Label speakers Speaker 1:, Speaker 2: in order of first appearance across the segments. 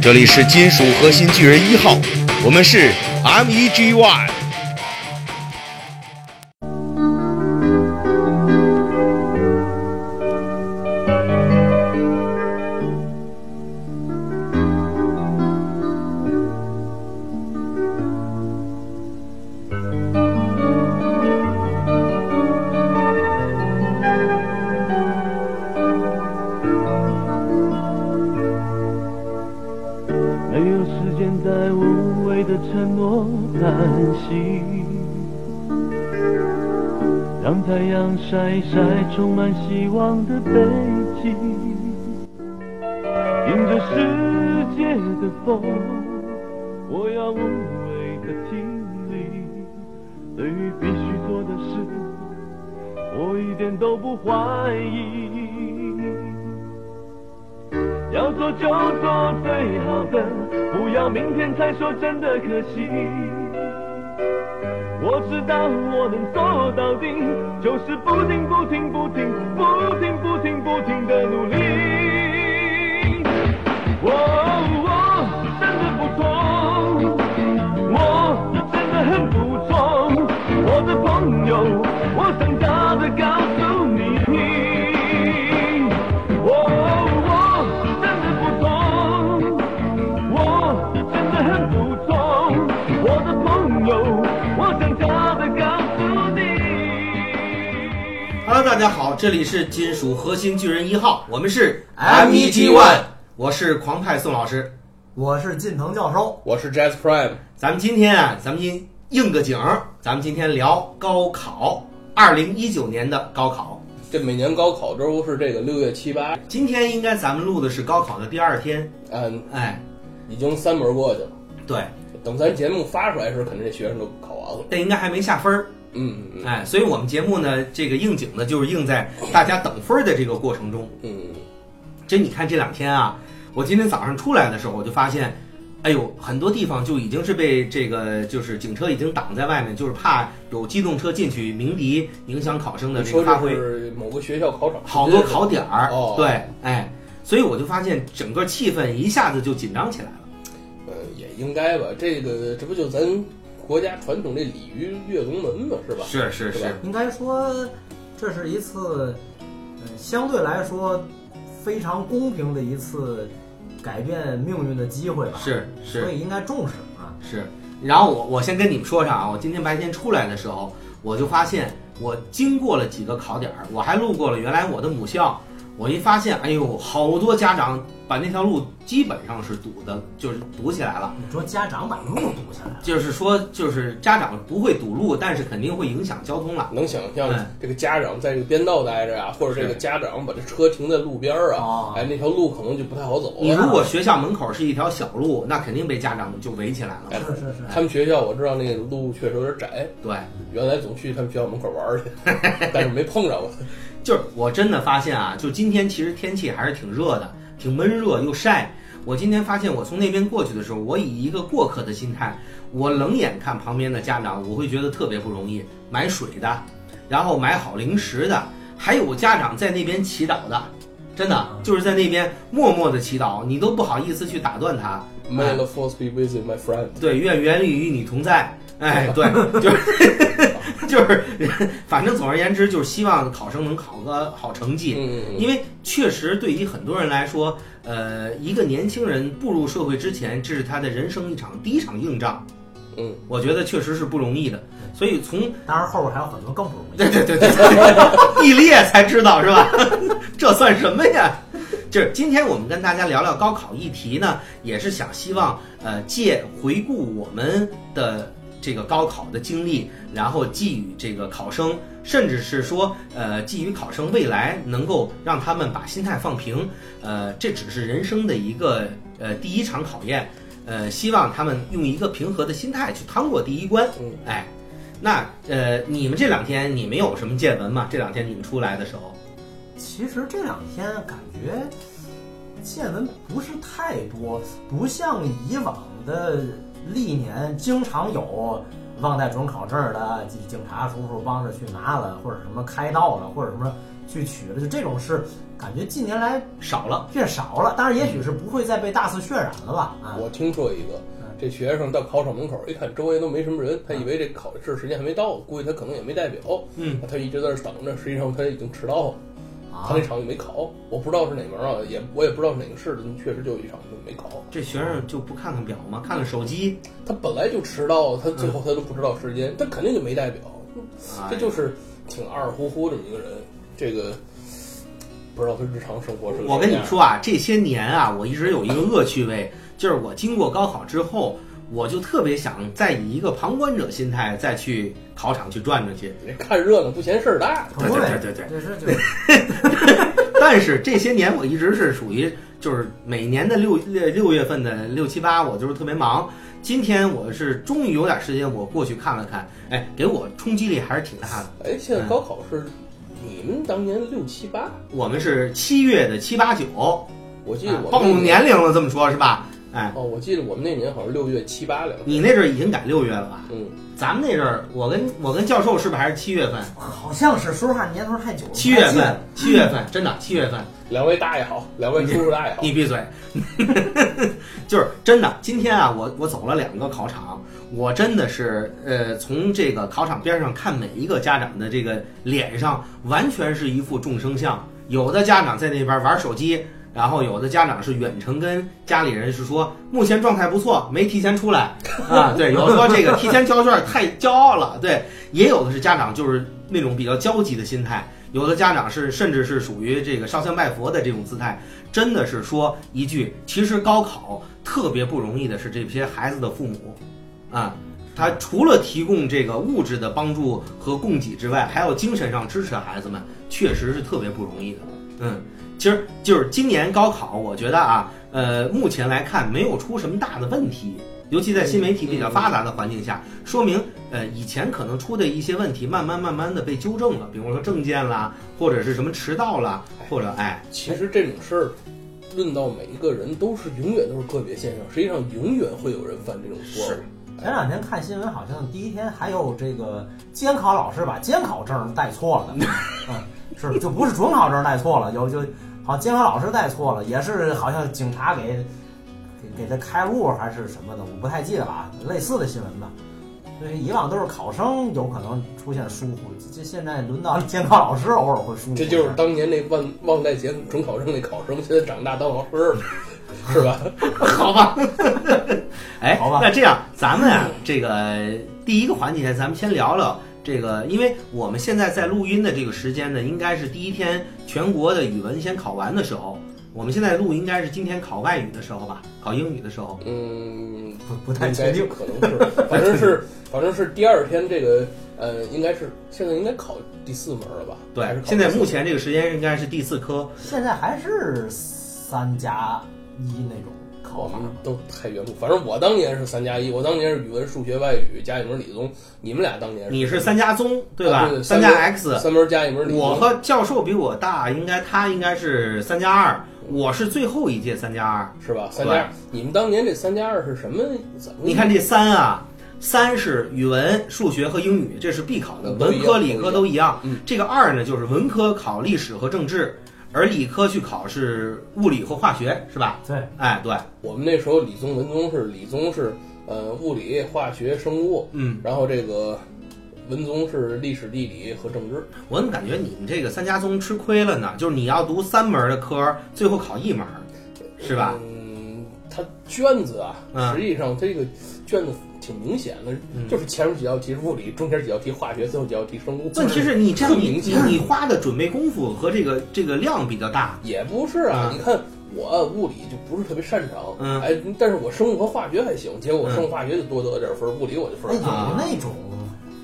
Speaker 1: 这里是金属核心巨人一号，我们是 M E G Y。
Speaker 2: 没有时间再无谓的承诺叹息，让太阳晒一晒充满希望的背脊，迎着世界的风，我要无畏的挺立。对于必须做的事，我一点都不怀疑。要做就做最好的，不要明天才说真的可惜。我知道我能做到底，就是不停不停不停不停不停不停的努力。我、我真的不错，我真的很不错，我的朋友，我想笑着告诉你。我我真的不错，我真的很不错，我的朋友，我想笑着告诉你。
Speaker 3: Hello，大家好，这里是金属核心巨人一号，我们是
Speaker 4: MEG
Speaker 3: One，我是狂派宋老师，
Speaker 4: E 我是近藤教授，
Speaker 1: 我是 Jazz Prime，
Speaker 3: 咱们今天啊，咱们今应个景儿，咱们今天聊高考，二零一九年的高考。
Speaker 5: 这每年高考周是这个六月七八，
Speaker 3: 今天应该咱们录的是高考的第二天，
Speaker 5: 嗯，
Speaker 3: 哎，
Speaker 5: 已经三门过去了。
Speaker 3: 对，
Speaker 5: 等咱节目发出来时，肯定这学生都考完了。
Speaker 3: 但应该还没下分儿，
Speaker 5: 嗯嗯
Speaker 3: 哎，所以我们节目呢，这个应景呢，就是应在大家等分儿的这个过程中。
Speaker 5: 嗯，
Speaker 3: 这你看这两天啊，我今天早上出来的时候，我就发现，哎呦，很多地方就已经是被这个就是警车已经挡在外面，就是怕有机动车进去鸣笛，影响考生的
Speaker 5: 你
Speaker 3: 这个
Speaker 5: 说
Speaker 3: 发挥
Speaker 5: 这。是某个学校考场，
Speaker 3: 好多考点儿，
Speaker 5: 哦
Speaker 3: 对，哎，所以我就发现整个气氛一下子就紧张起来了。
Speaker 5: 嗯，也应该吧。这个这不就咱国家传统这鲤鱼跃龙门嘛，是吧？
Speaker 3: 是是
Speaker 5: 是吧
Speaker 4: 应该说这是一次，呃，相对来说非常公平的一次改变命运的机会吧，
Speaker 3: 是是
Speaker 4: 所以应该重视啊。
Speaker 3: 是，然后我我先跟你们说啥啊？我今天白天出来的时候，我就发现我经过了几个考点儿，我还路过了原来我的母校，我一发现，哎呦，好多家长把那条路基本上是堵的，就是堵起来了。
Speaker 4: 你说家长把路堵下来了，
Speaker 3: 就是说，就是家长不会堵路，但是肯定会影响交通了。
Speaker 5: 能想象
Speaker 3: 嗯
Speaker 5: 这个家长在这个边道待着呀、或者这个
Speaker 3: 是
Speaker 5: 家长把这车停在路边儿
Speaker 4: 哦
Speaker 5: 啊，哎，那条路可能就不太好走
Speaker 3: 你
Speaker 5: 了。
Speaker 3: 如果学校门口是一条小路，那肯定被家长就围起来了。
Speaker 5: 哎
Speaker 4: 是是是，
Speaker 5: 他们学校我知道那个路确实有点窄，
Speaker 3: 对，
Speaker 5: 原来总去他们学校门口玩 儿去，但是没碰着过。
Speaker 3: 啊就是我真的发现啊，就今天其实天气还是挺热的，挺闷热又晒。我今天发现，我从那边过去的时候，我以一个过客的心态，我冷眼看旁边的家长，我会觉得特别不容易。买水的，然后买好零食的，还有家长在那边祈祷的，真的就是在那边默默的祈祷，你都不好意思去打断他。
Speaker 5: May the force be with you, my friend。
Speaker 3: 对，愿原力与你同在。哎，对，就是就是， 反正总而言之，就是希望考生能考个好成绩。
Speaker 5: 嗯嗯
Speaker 3: 因为确实对于很多人来说，呃，一个年轻人步入社会之前，这是他的人生一场第一场硬仗，
Speaker 5: 嗯，
Speaker 3: 我觉得确实是不容易的。所以从
Speaker 4: 当然后边还有很多更不容易。
Speaker 3: 对对 对对对，地裂才知道是吧？这算什么呀？就是今天我们跟大家聊聊高考议题呢，也是想希望呃借回顾我们的这个高考的经历，然后寄予这个考生，甚至是说呃寄予考生未来能够让他们把心态放平，呃这只是人生的一个呃第一场考验，呃希望他们用一个平和的心态去趟过第一关，
Speaker 5: 嗯
Speaker 3: 哎。那呃，你们这两天你们有什么见闻吗？这两天你们出来的时候，
Speaker 4: 其实这两天感觉见闻不是太多，不像以往的历年经常有忘带准考证儿的警警察叔叔帮着去拿了，或者什么开道了，或者什么去取了，就这种事，感觉近年来
Speaker 3: 少了。
Speaker 4: 变少了。当然，也许是不会再被大肆渲染了吧？啊，
Speaker 5: 我听说一个，
Speaker 3: 啊
Speaker 5: 这学生到考场门口一看，周围都没什么人，他以为这考试时间还没到，估计他可能也没带表，啊
Speaker 3: 嗯，
Speaker 5: 他一直在那儿等着，实际上他已经迟到了，
Speaker 4: 啊
Speaker 5: 他那场就没考，我不知道是哪门啊，也我也不知道是哪个市的，确实就有一场就没考，
Speaker 3: 这学生就不看看表吗？看看手机，
Speaker 5: 他本来就迟到，他最后他都不知道时间，他肯定就没带表，
Speaker 3: 哎
Speaker 5: 这就是挺二乎乎这么一个人，这个不知道他日常生活是个
Speaker 3: 我
Speaker 5: 什
Speaker 3: 跟
Speaker 5: 么
Speaker 3: 你
Speaker 5: 样
Speaker 3: 说啊，这些年啊，我一直有一个恶趣味，就是我经过高考之后，我就特别想再以一个旁观者心态再去考场去转转去。
Speaker 5: 你看热闹不嫌事儿大，
Speaker 4: 不会，
Speaker 3: 对对对对
Speaker 4: 这是就是
Speaker 3: 但是这些年我一直是属于就是每年的六六六月份的六七八，我就是特别忙。今天我是终于有点时间，我过去看了看，哎，给我冲击力还是挺大的。
Speaker 5: 哎，现在高考是你们当年六七八，
Speaker 3: 我们是七月的七八九，
Speaker 5: 我记得
Speaker 3: 啊
Speaker 5: 我
Speaker 3: 暴
Speaker 5: 们
Speaker 3: 露年龄了，这么说是吧？哎，
Speaker 5: 哦，我记得我们那年好像六月七八两，
Speaker 3: 你那阵儿已经改六月了吧？
Speaker 5: 嗯，
Speaker 3: 咱们那阵儿，我跟我跟教授是不是还是七月份？
Speaker 5: 哦
Speaker 4: 好像是说实话年头太久了，
Speaker 3: 七月
Speaker 4: 太近
Speaker 3: 份
Speaker 4: 了，
Speaker 3: 七月份，真的七月份，
Speaker 5: 两位大爷好，两位叔叔大爷好，
Speaker 3: 你闭嘴。 就是真的，今天啊，我我走了两个考场，我真的是呃，从这个考场边上看每一个家长的这个脸上，完全是一副众生相。有的家长在那边玩手机，然后有的家长是远程跟家里人是说，目前状态不错，没提前出来 啊。对，有的说这个提前交卷儿太骄傲了，对，也有的是家长就是那种比较焦急的心态，有的家长是甚至是属于这个烧香拜佛的这种姿态，真的是说一句，其实高考特别不容易的是这些孩子的父母，啊。他除了提供这个物质的帮助和供给之外，还有精神上支持孩子们，确实是特别不容易的。嗯，其实就是今年高考，我觉得啊，呃，目前来看没有出什么大的问题，尤其在新媒体比较发达的环境下，说明呃以前可能出的一些问题，慢慢慢慢的被纠正了，比如说证件啦，或者是什么迟到啦，或者哎，
Speaker 5: 其实这种事儿。论到每一个人，都是永远都是个别现象，实际上永远会有人犯这种错误
Speaker 3: 是。
Speaker 4: 前两天看新闻，好像第一天还有这个监考老师把监考证带错了的， 嗯，是就不是准考证带错了，有就好像监考老师带错了，也是好像警察给给给他开路还是什么的，我不太记得了啊，类似的新闻吧。所以以往都是考生有可能出现疏忽，这这现在轮到监考老师偶尔会疏忽，
Speaker 5: 这就是当年那忘忘带检准考证那考生，现在长大当老师 了，是吧？
Speaker 3: 好吧，哎，
Speaker 4: 好吧
Speaker 3: 那这样咱们啊，这个第一个环节，咱们先聊聊这个，因为我们现在在录音的这个时间呢，应该是第一天全国的语文先考完的时候。我们现在录应该是今天考外语的时候吧，考英语的时候。
Speaker 5: 嗯，
Speaker 4: 不不太确
Speaker 5: 应
Speaker 4: 定
Speaker 5: 该，可能是，反正是，反正是第二天这个，呃，应该是现在应该考第四门了吧？还
Speaker 3: 对
Speaker 5: 是，考
Speaker 3: 现在
Speaker 5: 第四
Speaker 3: 目前这个时间应该是第四科，
Speaker 4: 现在还是三加一那种考
Speaker 5: 我
Speaker 4: 法
Speaker 5: 们。都太远古，反正我当年是三加一，我当年是语文、数学、外语加一门理综，你们俩当年
Speaker 3: 你是三加综对吧
Speaker 5: 啊对？
Speaker 3: 三
Speaker 5: 三
Speaker 3: 加
Speaker 5: 加
Speaker 3: X，
Speaker 5: 三门加一门理综，
Speaker 3: 我和教授比我大，应该他应该是三加二，我是最后一届三加二。
Speaker 5: 是吧？三加二，你们当年这三加二是什么？怎么
Speaker 3: 你看这三啊，三是语文、数学和英语，这是必考的，
Speaker 5: 都
Speaker 3: 文
Speaker 5: 一样
Speaker 3: 科、理科都一样。
Speaker 5: 嗯
Speaker 3: 这个二呢，就是文科考历史和政治，而理科去考是物理和化学，是吧？
Speaker 4: 对，
Speaker 3: 哎，对，
Speaker 5: 我们那时候理综、文综是理综是呃物理、化学、生物，
Speaker 3: 嗯，
Speaker 5: 然后这个文综是历史、地理和政治。
Speaker 3: 我怎么感觉你们这个三家综吃亏了呢？就是你要读三门的科，最后考一门，是吧？
Speaker 5: 嗯，它卷子啊，
Speaker 3: 嗯
Speaker 5: 实际上这个卷子挺明显的，就是前面几道题是物理，中间几道题化学，最后几道题生物。
Speaker 3: 问题是你这样
Speaker 5: 不
Speaker 3: 你
Speaker 5: 明
Speaker 3: 你
Speaker 5: 显
Speaker 3: 你花的准备功夫和这个这个量比较大，
Speaker 5: 也不是啊，
Speaker 3: 嗯
Speaker 5: 你看我物理就不是特别擅长，
Speaker 3: 嗯
Speaker 5: 哎，但是我生物和化学还行，结果我
Speaker 3: 嗯哎
Speaker 5: 生物化学就多得点分，物理我就分
Speaker 4: 那
Speaker 5: 儿啊
Speaker 4: 有
Speaker 5: 大。
Speaker 3: 啊
Speaker 4: 那种，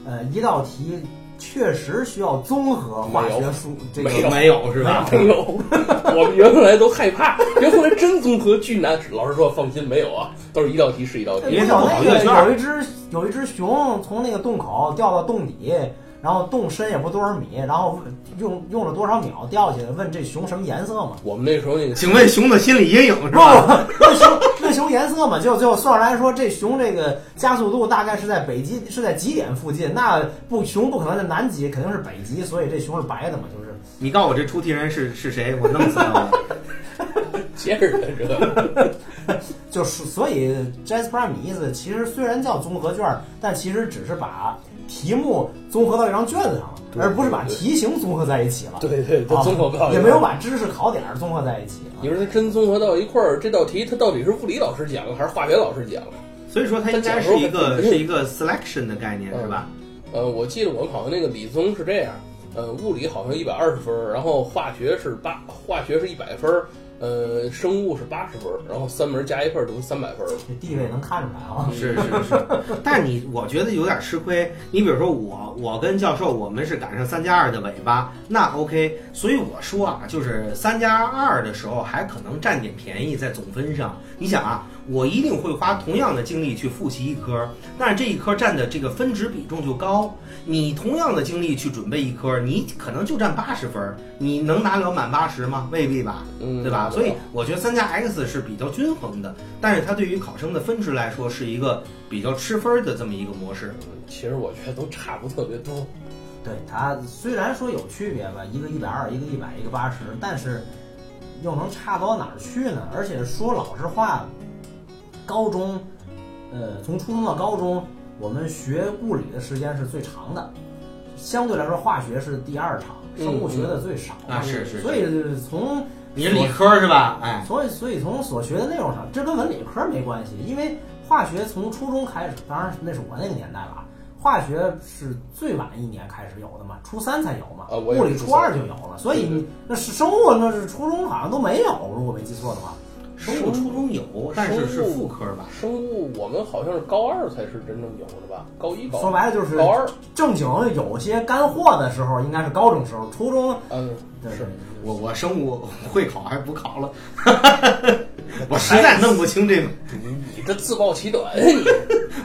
Speaker 4: 呃，一道题确实需要综合化学数这个
Speaker 5: 没有
Speaker 3: 没有是 吧？
Speaker 5: 没有，哎 我们原来都害怕，因为后来真综合巨难。老师说放心，没有啊，都是一道题是一道题
Speaker 3: 因。为它
Speaker 4: 有
Speaker 3: 不好
Speaker 4: 那
Speaker 3: 阅
Speaker 4: 个
Speaker 3: 卷儿
Speaker 4: 有一只有一只熊从那个洞口掉到洞底，然后洞深也不多少米，然后用用了多少秒 掉下去，问这熊什么颜色嘛？
Speaker 5: 我们那时候那个
Speaker 3: 请问熊的心理阴影是
Speaker 4: 不
Speaker 3: 吧？，
Speaker 4: 那熊那熊什么颜色嘛？就最后算出来说，这熊这个加速度大概是在北极，是在极点附近。那不熊不可能在南极，肯定是北极，所以这熊是白的嘛，就是。
Speaker 3: 你告诉我这出题人是是谁，我弄死他了。
Speaker 5: 接着呢这个，
Speaker 4: 就是所以 Jasper 米意思，其实虽然叫综合卷，但其实只是把题目综合到一张卷子上了，
Speaker 5: 对
Speaker 4: 而不是把
Speaker 5: 对对
Speaker 4: 题型综合在一起了。
Speaker 5: 对对，
Speaker 4: 啊
Speaker 5: 它综合不到，
Speaker 4: 也没有。把知识考点儿综合在一起啊。
Speaker 5: 你说它真综合到一块儿，这道题它到底是物理老师讲了还是化学老师讲啊了？
Speaker 3: 所以说它应该是一个是一个 selection 的概念是吧？
Speaker 5: 呃，我记得我们好像那个理综是这样，呃，物理好像一百二十分儿，然后化学是八，化学是一百分儿，呃，生物是八十分儿，然后三门加一块儿等于三百分儿。
Speaker 4: 这地位能看出来啊。
Speaker 3: 是是 是，但你我觉得有点吃亏。你比如说我，我跟教授我们是赶上三加二的尾巴，那 OK。所以我说啊，就是三加二的时候还可能占点便宜在总分上。你想啊，我一定会花同样的精力去复习一科，但是这一科占的这个分值比重就高。你同样的精力去准备一科，你可能就占八十分儿，你能拿了满八十吗？未必吧。
Speaker 5: 嗯，
Speaker 3: 对吧？所以
Speaker 5: 对
Speaker 3: 我觉得三加 X 是比较均衡的，但是它对于考生的分值来说是一个比较吃分儿的这么一个模式。
Speaker 5: 其实我觉得都差不特别多。
Speaker 4: 对它虽然说有区别吧，一个一百二，一个一百，一个八十，但是又能差到哪儿去呢？而且说老实话，高中，呃，从初中到高中，我们学物理的时间是最长的，相对来说化学是第二长，生物学的最少。
Speaker 3: 嗯嗯啊是是
Speaker 4: 所以从
Speaker 3: 你是理科是吧？哎，
Speaker 4: 所以，所以从所学的内容上，这跟文理科没关系，因为化学从初中开始，当然那是我那个年代了啊，化学是最晚一年开始有的嘛，初三才有嘛，
Speaker 5: 啊我也
Speaker 4: 物理
Speaker 5: 是初
Speaker 4: 初
Speaker 5: 三
Speaker 4: 二就有了，所以
Speaker 5: 对
Speaker 4: 你那是生物那是初中好像都没有，如果没记错的话，
Speaker 3: 生物初中有，但是是
Speaker 5: 生物
Speaker 3: 副科吧？
Speaker 5: 生物我们好像是高二才是真正有的吧？高一高
Speaker 4: 说白了就是
Speaker 5: 高二，
Speaker 4: 正经有些干货的时候应该是高中时候，初中
Speaker 5: 嗯，
Speaker 4: 对
Speaker 5: 是
Speaker 3: 我我生物 会考还是补考了？ 我实在弄不清这个，
Speaker 5: 你这自暴其短，啊你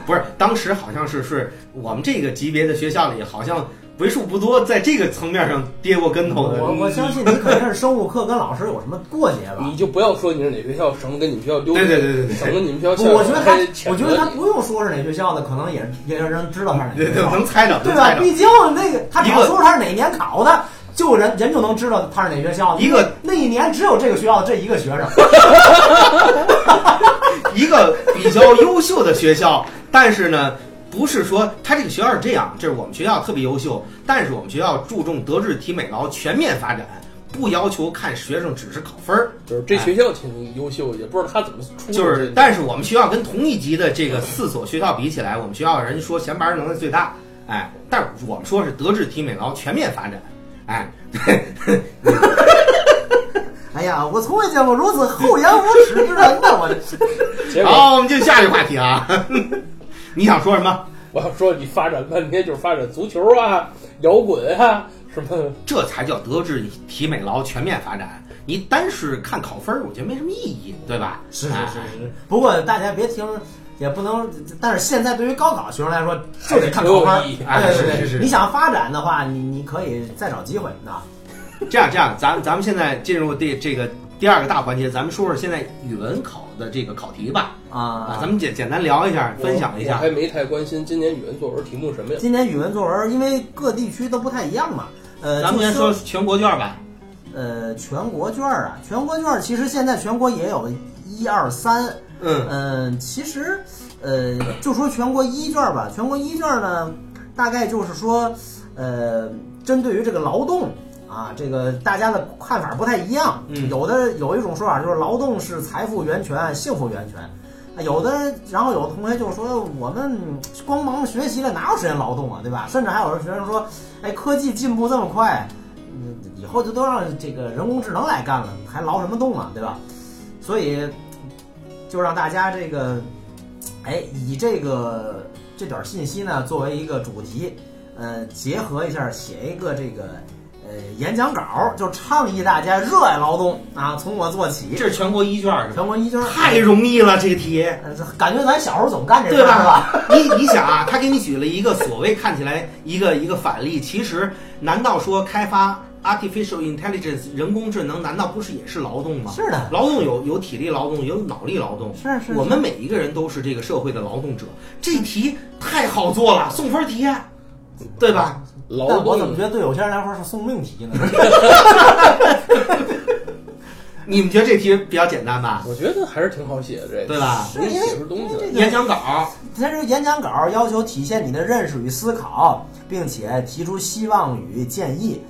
Speaker 3: 不是当时好像是是我们这个级别的学校里，好像为数不多在这个层面上跌过跟头的。
Speaker 4: 我我相信你肯定是生物课跟老师有什么过节吧。
Speaker 5: 你就不要说你是哪学校，省得跟你们学校丢
Speaker 3: 对
Speaker 5: 人。
Speaker 3: 对对对对
Speaker 5: 省得你们学校
Speaker 4: 不
Speaker 5: 校
Speaker 4: 我觉得
Speaker 5: 长
Speaker 4: 他
Speaker 5: 还，谴
Speaker 4: 我觉得
Speaker 5: 责
Speaker 4: 他
Speaker 5: 你
Speaker 4: 不用说是哪学校的，可能也也让人知道他是哪
Speaker 3: 对
Speaker 4: 学
Speaker 3: 对，
Speaker 4: 校的。
Speaker 3: 能猜着，
Speaker 4: 对
Speaker 3: 能
Speaker 4: 吧
Speaker 3: 猜？着。
Speaker 4: 毕竟那个他只要
Speaker 3: 啊一个
Speaker 4: 说出他是哪年考的，就人人就能知道他是哪学校的。
Speaker 3: 一个
Speaker 4: 那一年只有这个学校的这一个学生，
Speaker 3: 一个比较优秀的学校，但是呢，不是说他这个学校是这样，这是我们学校特别优秀，但是我们学校注重德智体美劳全面发展，不要求看学生只是考分儿，
Speaker 5: 就是这学校挺优秀，也不知道他怎么出的。
Speaker 3: 就是，但是我们学校跟同一级的这个四所学校比起来，我们学校人家说前八能力最大，哎，但是我们说是德智体美劳全面发展，哎，
Speaker 4: 哎呀，我从未见过如此厚颜无耻之人呐！我这
Speaker 5: 结果
Speaker 3: 好，我们进下一个话题啊， 你想说什么？
Speaker 5: 我要说你发展半天就是发展足球啊、摇滚啊什么，
Speaker 3: 这才叫德智体美劳全面发展。你单是看考分儿，我觉得没什么意义，对吧？ 哎
Speaker 4: 是。不过大家别听。也不能，但是现在对于高考学生来说，就得看考分儿。
Speaker 5: 还是挺有意义
Speaker 3: 哎
Speaker 4: 对对
Speaker 3: 是是是
Speaker 4: 对，你想发展的话，你你可以再找机会啊。
Speaker 3: 这样这样，咱咱们现在进入第这个第二个大环节，咱们说说现在语文考的这个考题吧。啊，
Speaker 4: 啊
Speaker 3: 咱，们简简单聊一下，
Speaker 5: 我
Speaker 3: 分享一
Speaker 5: 我
Speaker 3: 下
Speaker 5: 还。没太关心今年语文作文题目什么样。
Speaker 4: 今年语文作文，因为各地区都不太一样嘛，呃，
Speaker 3: 咱们先
Speaker 4: 就
Speaker 3: 说全国卷吧。
Speaker 4: 呃，全国卷儿啊，全国卷儿其实现在全国也有一二三，
Speaker 3: 嗯，
Speaker 4: 嗯，其实呃，就说全国一卷儿吧，全国一卷儿呢，大概就是说，呃，针对于这个劳动啊，这个大家的看法不太一样，
Speaker 3: 嗯
Speaker 4: 有的有一种说法就是劳动是财富源泉、幸福源泉。啊有的，然后有的同学就说我们光忙学习了，哪有时间劳动啊，对吧？甚至还有的学生说，哎，科技进步这么快，嗯以后就都让这个人工智能来干了，还劳什么动啊，对吧？所以就让大家这个，哎，以这个这点儿信息呢作为一个主题，呃，结合一下写一个这个呃演讲稿儿，就倡议大家热爱劳动啊，从我做起。
Speaker 3: 这是全国一卷是吧？
Speaker 4: 全国一就是
Speaker 3: 太容易了，这题。
Speaker 4: 呃感觉咱小时候总干这事
Speaker 3: 对
Speaker 4: 儿是 吧？
Speaker 3: 吧？你你想啊，他给你举了一个所谓看起来一个一个反例，其实难道说开发 artificial intelligence 人工智能，难道不是也是劳动吗？
Speaker 4: 是的，
Speaker 3: 劳动有有体力劳动，有脑力劳动。
Speaker 4: 是啊是
Speaker 3: 我们每一个人都是这个社会的劳动者。这题太好做了，送分题啊，对吧？
Speaker 5: 劳
Speaker 4: 但我
Speaker 5: 动
Speaker 4: 怎么觉得对有些人来说是送命题呢？
Speaker 3: 你们觉得这题比较简单吧？
Speaker 5: 我觉得还是挺好写的，这
Speaker 3: 对吧
Speaker 5: 容易写出东西来。
Speaker 3: 演讲稿，
Speaker 4: 它这个演讲稿要求体现你的认识与思考，并且提出希望与建议。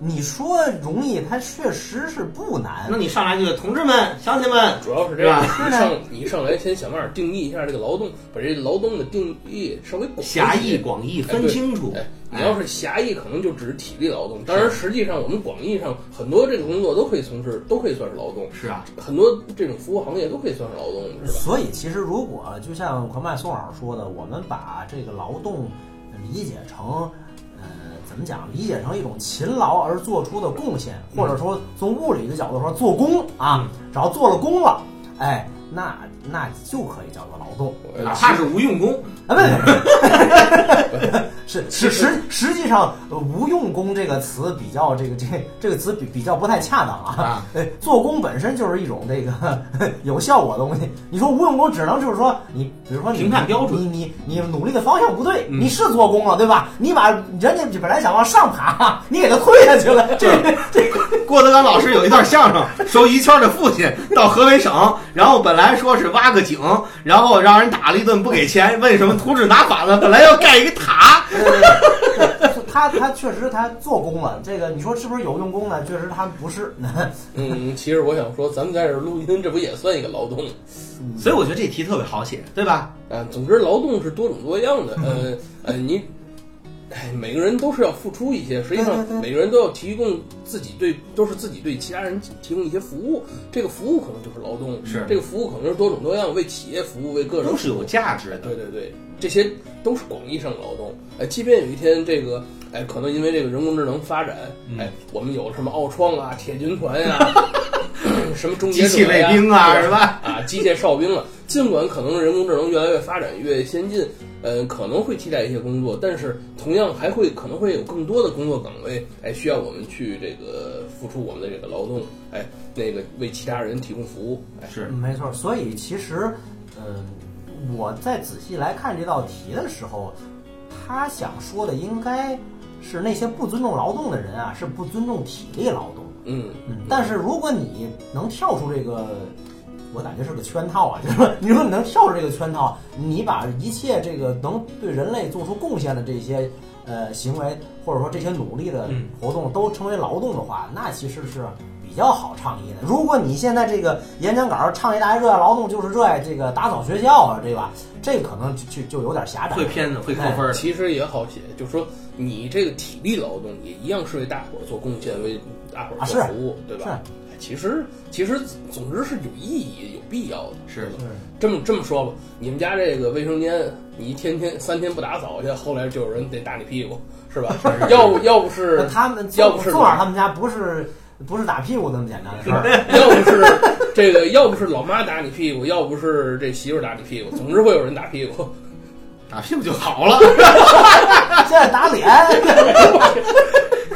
Speaker 4: 你说容易，它确实是不难
Speaker 3: 那。你上来就同志们、乡亲们，
Speaker 5: 主要是这样，
Speaker 3: 是
Speaker 5: 你上你上来先想办法定义一下这个劳动，把这劳动的定义稍微 广一些
Speaker 3: 狭义广义
Speaker 5: 哎
Speaker 3: 分
Speaker 5: 对
Speaker 3: 清楚。
Speaker 5: 哎，你要是狭义，可能就只是体力劳动。当然，实际上我们广义上很多这个工作都可以从事，都可以算是劳动。
Speaker 3: 是啊，
Speaker 5: 很多这种服务行业都可以算是劳动，是 吧？
Speaker 4: 所以，其实如果就像狂麦宋老师说的，我们把这个劳动理解成，呃，怎么讲？理解成一种勤劳而做出的贡献，或
Speaker 3: 嗯
Speaker 4: 者说从物理的角度说做工啊，只要做了工了，哎，那那就可以叫做劳动。
Speaker 3: 哪怕是无用功，
Speaker 4: 啊，不不不，是实实实际上呃无用功这个词比较这个这这个词比比较不太恰当啊
Speaker 3: 啊。
Speaker 4: 呃做工本身就是一种这个呵呵有效果的东西。你说无用功，只能就是说你，比如说你
Speaker 3: 评判标准
Speaker 4: 你你你努力的方向不对，你是做工了，对吧？你把人家本来想往上爬，你给他推下去了，这这
Speaker 3: 郭德纲老师有一段相声， 说于谦的父亲到河北省，然后本来说是挖个井，然后让人打了一顿不给钱，为什么图纸拿反了？本来要盖一个塔，
Speaker 4: 他他确实他做工了，这个你说是不是有用功呢？确实他不是。
Speaker 5: 嗯，其实我想说，咱们在这儿录音，这不也算一个劳动？
Speaker 3: 所以我觉得这题特别好写，对吧？
Speaker 5: 啊，总之劳动是多种多样的，呃呃，你，哎，每个人都是要付出一些，实际上
Speaker 4: 对对对
Speaker 5: 每个人都要提供自己对，都是自己对其他人提供一些服务，这个服务可能就是劳动，
Speaker 3: 是
Speaker 5: 这个服务可能是多种多样，为企业服务，为个人
Speaker 3: 都是有
Speaker 5: 服务
Speaker 3: 价值的。
Speaker 5: 对对对，这些都是广义上的劳动。哎，即便有一天这个，哎，可能因为这个人工智能发展，
Speaker 3: 嗯
Speaker 5: 哎，我们有了什么奥创啊、铁军团呀、 什么终结
Speaker 3: 机器
Speaker 5: 者呀
Speaker 3: 卫兵啊
Speaker 5: 对
Speaker 3: 是吧？
Speaker 5: 啊，机械哨兵了。尽管可能人工智能越来越发展、越先进，呃，可能会替代一些工作，但是同样还会可能会有更多的工作岗位，哎，需要我们去这个付出我们的这个劳动，哎，那个为其他人提供服务，哎，
Speaker 3: 是
Speaker 4: 嗯没错，所以其实，嗯，我在仔细来看这道题的时候，他想说的应该是那些不尊重劳动的人啊，是不尊重体力劳动。
Speaker 5: 嗯，
Speaker 4: 嗯，但是如果你能跳出这个，我感觉是个圈套啊，就是 说你说你能跳出这个圈套，你把一切这个能对人类做出贡献的这些呃行为，或者说这些努力的
Speaker 3: 嗯
Speaker 4: 活动都成为劳动的话，那其实是。比较好倡议的。如果你现在这个演讲稿倡议大家热爱劳动，就是热爱这个打扫学校啊，对吧？这可能就就就有点狭窄。
Speaker 3: 会偏的，会扣
Speaker 4: 哎
Speaker 3: 分儿的。
Speaker 5: 其实也好写，就是说你这个体力劳动也一样是为大伙儿做贡献，为大伙儿做
Speaker 4: 啊是
Speaker 5: 服务，对吧？哎其实其实总之是有意义、有必要的。
Speaker 3: 是
Speaker 4: 嗯
Speaker 5: 这么这么说吧，你们家这个卫生间，你一天天三天不打扫去，后来就有人得打你屁股，是 吧？要不要不
Speaker 4: 那
Speaker 5: 是
Speaker 4: 他们
Speaker 5: 要不是
Speaker 4: 宋老他们家不是不是打屁股那么简单的事儿。
Speaker 5: 要不是这个，要不是老妈打你屁股，要不是这媳妇儿打你屁股，总之会有人打屁股。
Speaker 3: 打屁股就好 了，
Speaker 4: 现在打脸，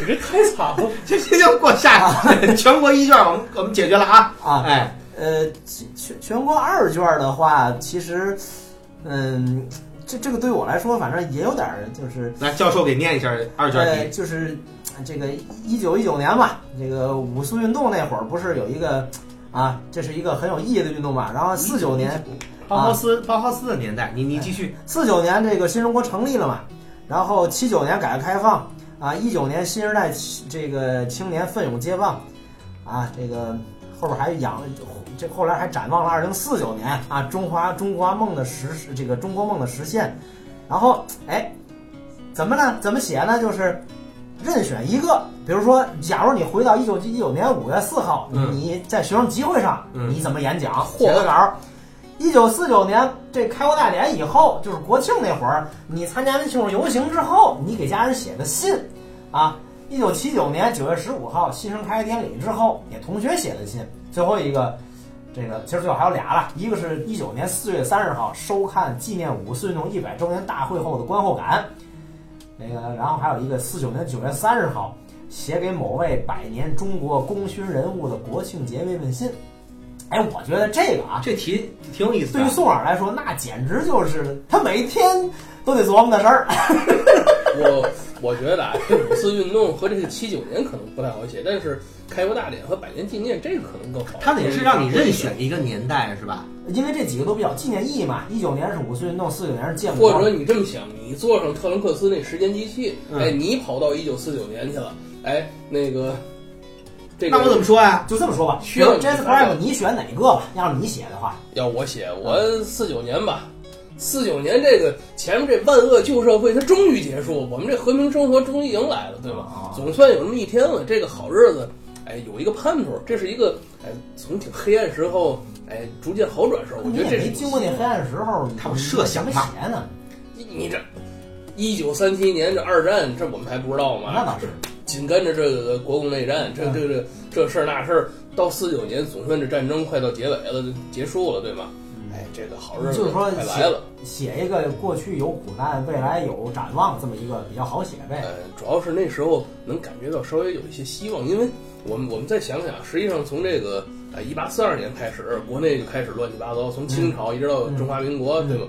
Speaker 5: 你这太惨了。
Speaker 3: 行行行，过下一题。全国一卷，我们我们解决了啊
Speaker 4: 哎啊
Speaker 3: 哎，
Speaker 4: 呃，其全全国二卷的话，其实，嗯，这这个对我来说，反正也有点儿就是，
Speaker 3: 来教授给念一下二
Speaker 4: 呃，
Speaker 3: 卷题。
Speaker 4: 就是呃这个一九一九年吧，这个五四运动那会儿不是有一个啊，这是一个很有意义的运动嘛，然后四九年。
Speaker 3: 包豪斯，包豪斯的年代，你你继续。
Speaker 4: 四九年这个新中国成立了嘛，然后七九年改革开放啊，一九年新时代起这个青年奋勇接棒啊，这个后边还养这后来还展望了二零四九年啊，中华中华梦的实这个中国梦的实现，然后哎，怎么呢？怎么写呢？就是任选一个，比如说，假如你回到一九一九年五月四号，
Speaker 3: 嗯
Speaker 4: 你在学生集会上，
Speaker 3: 嗯
Speaker 4: 你怎么演讲？
Speaker 5: 嚯
Speaker 4: 写个稿儿。一九四九年这开国大典以后，就是国庆那会儿，你参加完庆祝游行之后，你给家人写个信，啊，一九七九年九月十五号新生开学典礼之后，给同学写的信。最后一个，这个其实最后还有俩了，一个是一九年四月三十号收看纪念五四运动一百周年大会后的观后感，那个，然后还有一个四九年九月三十号写给某位百年中国功勋人物的国庆节慰问信。哎，我觉得这个啊，
Speaker 3: 这题挺有意思
Speaker 4: 对于
Speaker 3: 的。
Speaker 4: 宋老来说，那简直就是他每天都得琢磨的事儿。
Speaker 5: 我我觉得啊，这五四运动和这个七九年可能不太好写，但是开国大典和百年纪念这个可能更好。
Speaker 3: 他得是让你任选一个年代是吧？
Speaker 4: 因为这几个都比较纪念意义嘛，一九年是五四运动，四九年是建
Speaker 5: 或
Speaker 4: 国，
Speaker 5: 者你这么想，你坐上特伦克斯那时间机器，
Speaker 3: 嗯
Speaker 5: 哎，你跑到一九四九年去了，哎，那个，这个
Speaker 3: 那我怎么说呀？
Speaker 4: 就这么说吧。
Speaker 5: 需要你
Speaker 4: Jazz Prime，你选哪个吧？要是你写的话，
Speaker 5: 要我写，我四九年吧，四九年这个前面这万恶旧社会它终于结束，我们这和平生活终于迎来了，对吧？
Speaker 4: 啊
Speaker 5: 总算有那么一天了，这个好日子，哎，有一个盼头，这是一个哎从挺黑暗时候哎逐渐好转时候，我
Speaker 4: 你
Speaker 5: 觉得
Speaker 4: 也
Speaker 5: 这是
Speaker 4: 没经过那黑暗时候，你
Speaker 3: 他们设想
Speaker 4: 怎么
Speaker 3: 吧
Speaker 4: 写呢？
Speaker 5: 你你这。一九三七年这二战，这我们还不知道吗？
Speaker 4: 那倒是，
Speaker 5: 紧跟着这个国共内战，这
Speaker 4: 嗯
Speaker 5: 这这这事儿那事儿，到四九年总算这战争快到结尾了，就结束了，对吗？哎，这个好日子
Speaker 4: 嗯就是
Speaker 5: 快
Speaker 4: 说
Speaker 5: 来了。
Speaker 4: 写一个过去有苦难，未来有展望，这么一个比较好写呗。
Speaker 5: 呃，主要是那时候能感觉到稍微有一些希望，因为我们我们再想想，实际上从这个呃一八四二年开始，国内就开始乱七八糟，从清朝一直到中华民国，对吧？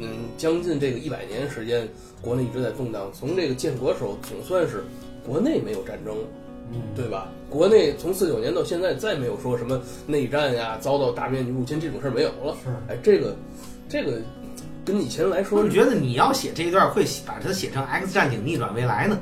Speaker 5: 嗯，将近这个一百年时间，国内一直在动荡。从这个建国时候，总算是国内没有战争，
Speaker 4: 嗯，
Speaker 5: 对吧？国内从四九年到现在，再没有说什么内战呀、遭到大面积入侵这种事儿没有了。
Speaker 4: 是
Speaker 5: 哎，这个，这个跟以前来说
Speaker 3: 我，觉得你要写这一段，会写把它写成《X 战警：逆转未来》呢？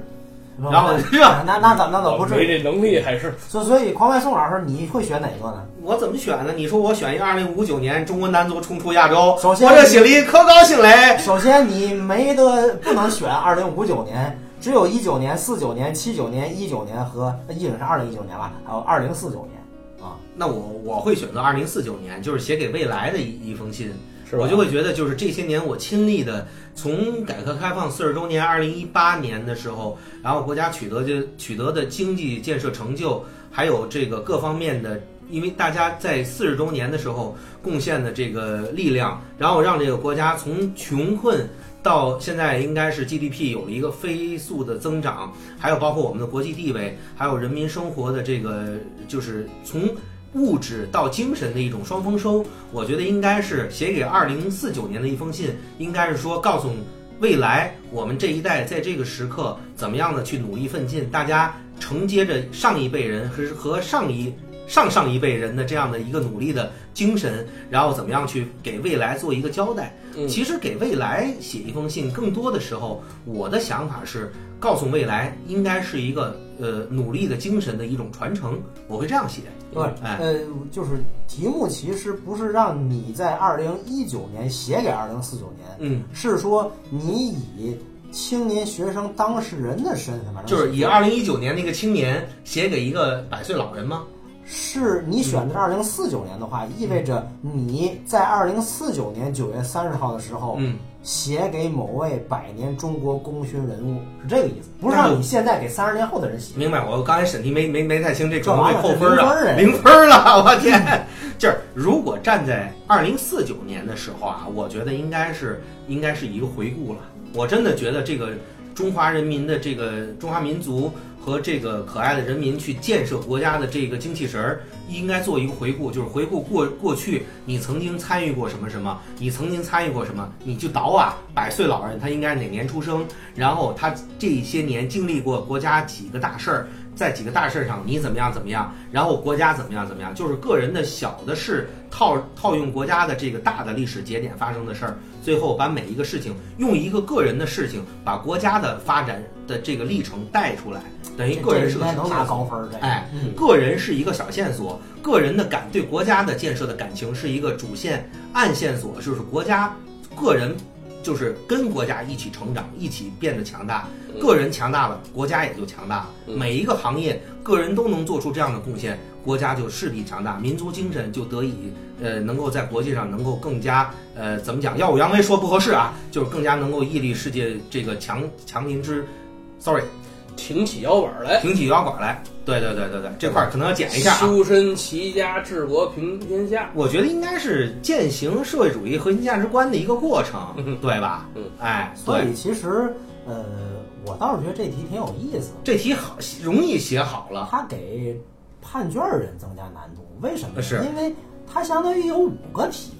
Speaker 4: 不
Speaker 3: 然后
Speaker 4: 不
Speaker 3: 是吧
Speaker 4: 那那怎那倒不至
Speaker 5: 没
Speaker 4: 于。
Speaker 5: 这能力还是
Speaker 4: 所所以，狂派宋老师，你会选哪个呢？
Speaker 3: 我怎么选呢？你说我选一二零五九年中国男足冲出亚洲，
Speaker 4: 首先
Speaker 3: 我这写了一可高兴嘞。
Speaker 4: 首先，你没得不能选二零五九年，只有一九年、四九年、七九年、一九年和呃一九年是二零一九年吧，还有二零四九年啊。
Speaker 3: 那我我会选择二零四九年，就是写给未来的一一封信。
Speaker 5: 是吧？
Speaker 3: 我就会觉得，就是这些年我亲历的，从改革开放四十周年二零一八年的时候，然后国家取得就取得的经济建设成就，还有这个各方面的，因为大家在四十周年的时候贡献的这个力量，然后让这个国家从穷困。到现在应该是 GDP 有了一个飞速的增长，还有包括我们的国际地位，还有人民生活的这个，就是从物质到精神的一种双丰收。我觉得应该是写给二零四九年的一封信，应该是说告诉未来我们这一代在这个时刻怎么样的去努力奋进，大家承接着上一辈人和和上一。上上一辈人的这样的一个努力的精神，然后怎么样去给未来做一个交代？
Speaker 5: 嗯
Speaker 3: 其实给未来写一封信，更多的时候，我的想法是告诉未来，应该是一个呃努力的精神的一种传承。我会这样写。
Speaker 4: 不是，
Speaker 3: 哎
Speaker 4: 呃，就是题目其实不是让你在二零一九年写给二零四九年，
Speaker 3: 嗯，
Speaker 4: 是说你以青年学生当事人的身份，反正
Speaker 3: 就是以二零一九年那个青年写给一个百岁老人吗？
Speaker 4: 是你选的是二零四九年的
Speaker 3: 嗯
Speaker 4: 话，意味着你在二零四九年九月三十号的时候，
Speaker 3: 嗯，
Speaker 4: 写给某位百年中国功勋人物，是这个意思，不是让你现在给三十年后的人写。
Speaker 3: 明白。我刚才审题没没没太清，这可
Speaker 4: 干
Speaker 3: 能
Speaker 4: 嘛
Speaker 3: 会
Speaker 4: 呀
Speaker 3: 扣分啊，
Speaker 4: 这零
Speaker 3: 零分儿了，我天！就是如果站在二零四九年的时候啊，我觉得应该是应该是一个回顾了。我真的觉得这个中华人民的这个中华民族和这个可爱的人民去建设国家的这个精气神儿，应该做一个回顾，就是回顾过过去你曾经参与过什么什么，你曾经参与过什么，你就倒啊，百岁老人他应该哪年出生，然后他这些年经历过国家几个大事儿，在几个大事儿上你怎么样怎么样，然后国家怎么样怎么样，就是个人的小的事套套用国家的这个大的历史节点发生的事儿，最后把每一个事情用一个个人的事情把国家的发展的这个历程带出来，等于
Speaker 4: 这
Speaker 3: 个人
Speaker 4: 这
Speaker 3: 是
Speaker 4: 应
Speaker 3: 个
Speaker 4: 该
Speaker 3: 小
Speaker 4: 能
Speaker 3: 线
Speaker 4: 拿
Speaker 3: 索
Speaker 4: 高分儿，这个
Speaker 3: 哎
Speaker 4: 嗯，
Speaker 3: 个人是一个小线索，个人的感对国家的建设的感情是一个主线，暗线索就是国家个人。就是跟国家一起成长，一起变得强大。
Speaker 5: 嗯
Speaker 3: 个人强大了，国家也就强大了。
Speaker 5: 嗯
Speaker 3: 每一个行业，个人都能做出这样的贡献，国家就势必强大，民族精神就得以呃，能够在国际上能够更加呃，怎么讲？耀武扬威说不合适啊，就是更加能够屹立世界这个强强邻之，sorry，
Speaker 5: 挺起腰板儿来。
Speaker 3: 挺起腰管来。对对对对对，这块儿可能要剪一下啊。
Speaker 5: 修身齐家治国平天下。
Speaker 3: 我觉得应该是践行社会主义核心价值观的一个过程
Speaker 5: 嗯，
Speaker 3: 对吧
Speaker 5: 嗯？
Speaker 3: 哎，
Speaker 4: 所
Speaker 3: 对，
Speaker 4: 以其实呃，我倒是觉得这题挺有意思，
Speaker 3: 这题好容易写好了，
Speaker 4: 它给判卷儿人增加难度，为什么呢？
Speaker 3: 是
Speaker 4: 因为它相当于有五个题，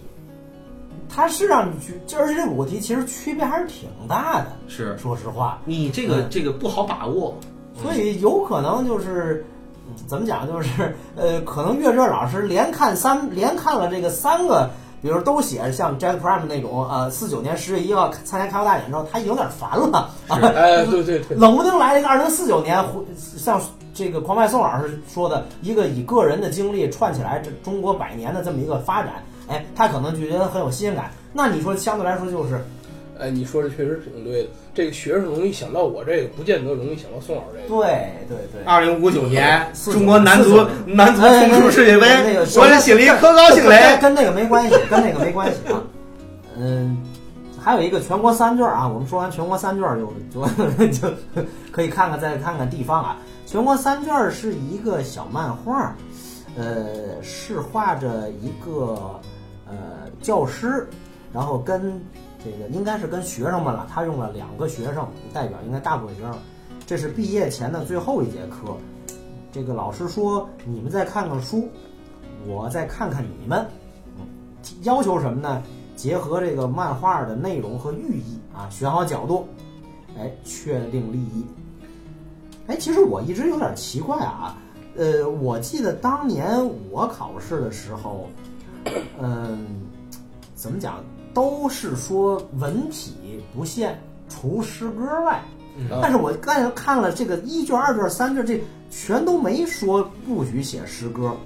Speaker 4: 它是让你去，就而且这五个题其实区别还是挺大的。
Speaker 3: 是
Speaker 4: 说实话，
Speaker 3: 你这个
Speaker 4: 嗯
Speaker 3: 这个不好把握，
Speaker 4: 所以有可能就是嗯怎么讲，就是呃，可能阅卷老师连看三连看了这个三个，比如都写像 Jet Prime 那种，呃，四九年十月一号参加开国大典之后，他有点烦了，啊
Speaker 5: 哎，对对对，
Speaker 4: 冷不丁来了一个二零四九年，回像这个狂派宋老师说的一个以个人的经历串起来这中国百年的这么一个发展，哎，他可能就觉得很有新鲜感。那你说相对来说就是
Speaker 5: 哎，你说的确实挺对的。这个学生容易想到我这个，不见得容易想到宋老师这个。
Speaker 4: 对对对，
Speaker 3: 二零五九年
Speaker 4: 四九
Speaker 3: 中国男足
Speaker 4: 四九
Speaker 3: 男足
Speaker 4: 哎
Speaker 3: 冲出世界杯
Speaker 4: 那个，
Speaker 3: 我这写了一科高兴
Speaker 4: 跟
Speaker 3: 雷，
Speaker 4: 跟那个没关系，跟那个没关系啊。嗯，还有一个全国三卷啊，我们说完全国三卷就就就可以看看再看看地方啊。全国三卷是一个小漫画，呃，是画着一个呃教师，然后跟这个应该是跟学生们了，他用了两个学生代表，应该大部分学生。这是毕业前的最后一节课，这个老师说：“你们再看看书，我再看看你们。”要求什么呢？结合这个漫画的内容和寓意啊，选好角度，哎，确定立意。哎，其实我一直有点奇怪啊，呃，我记得当年我考试的时候，嗯、怎么讲，都是说文体不限，除诗歌外。但是我看看了这个一卷、二卷、三卷，这全都没说不许写诗歌，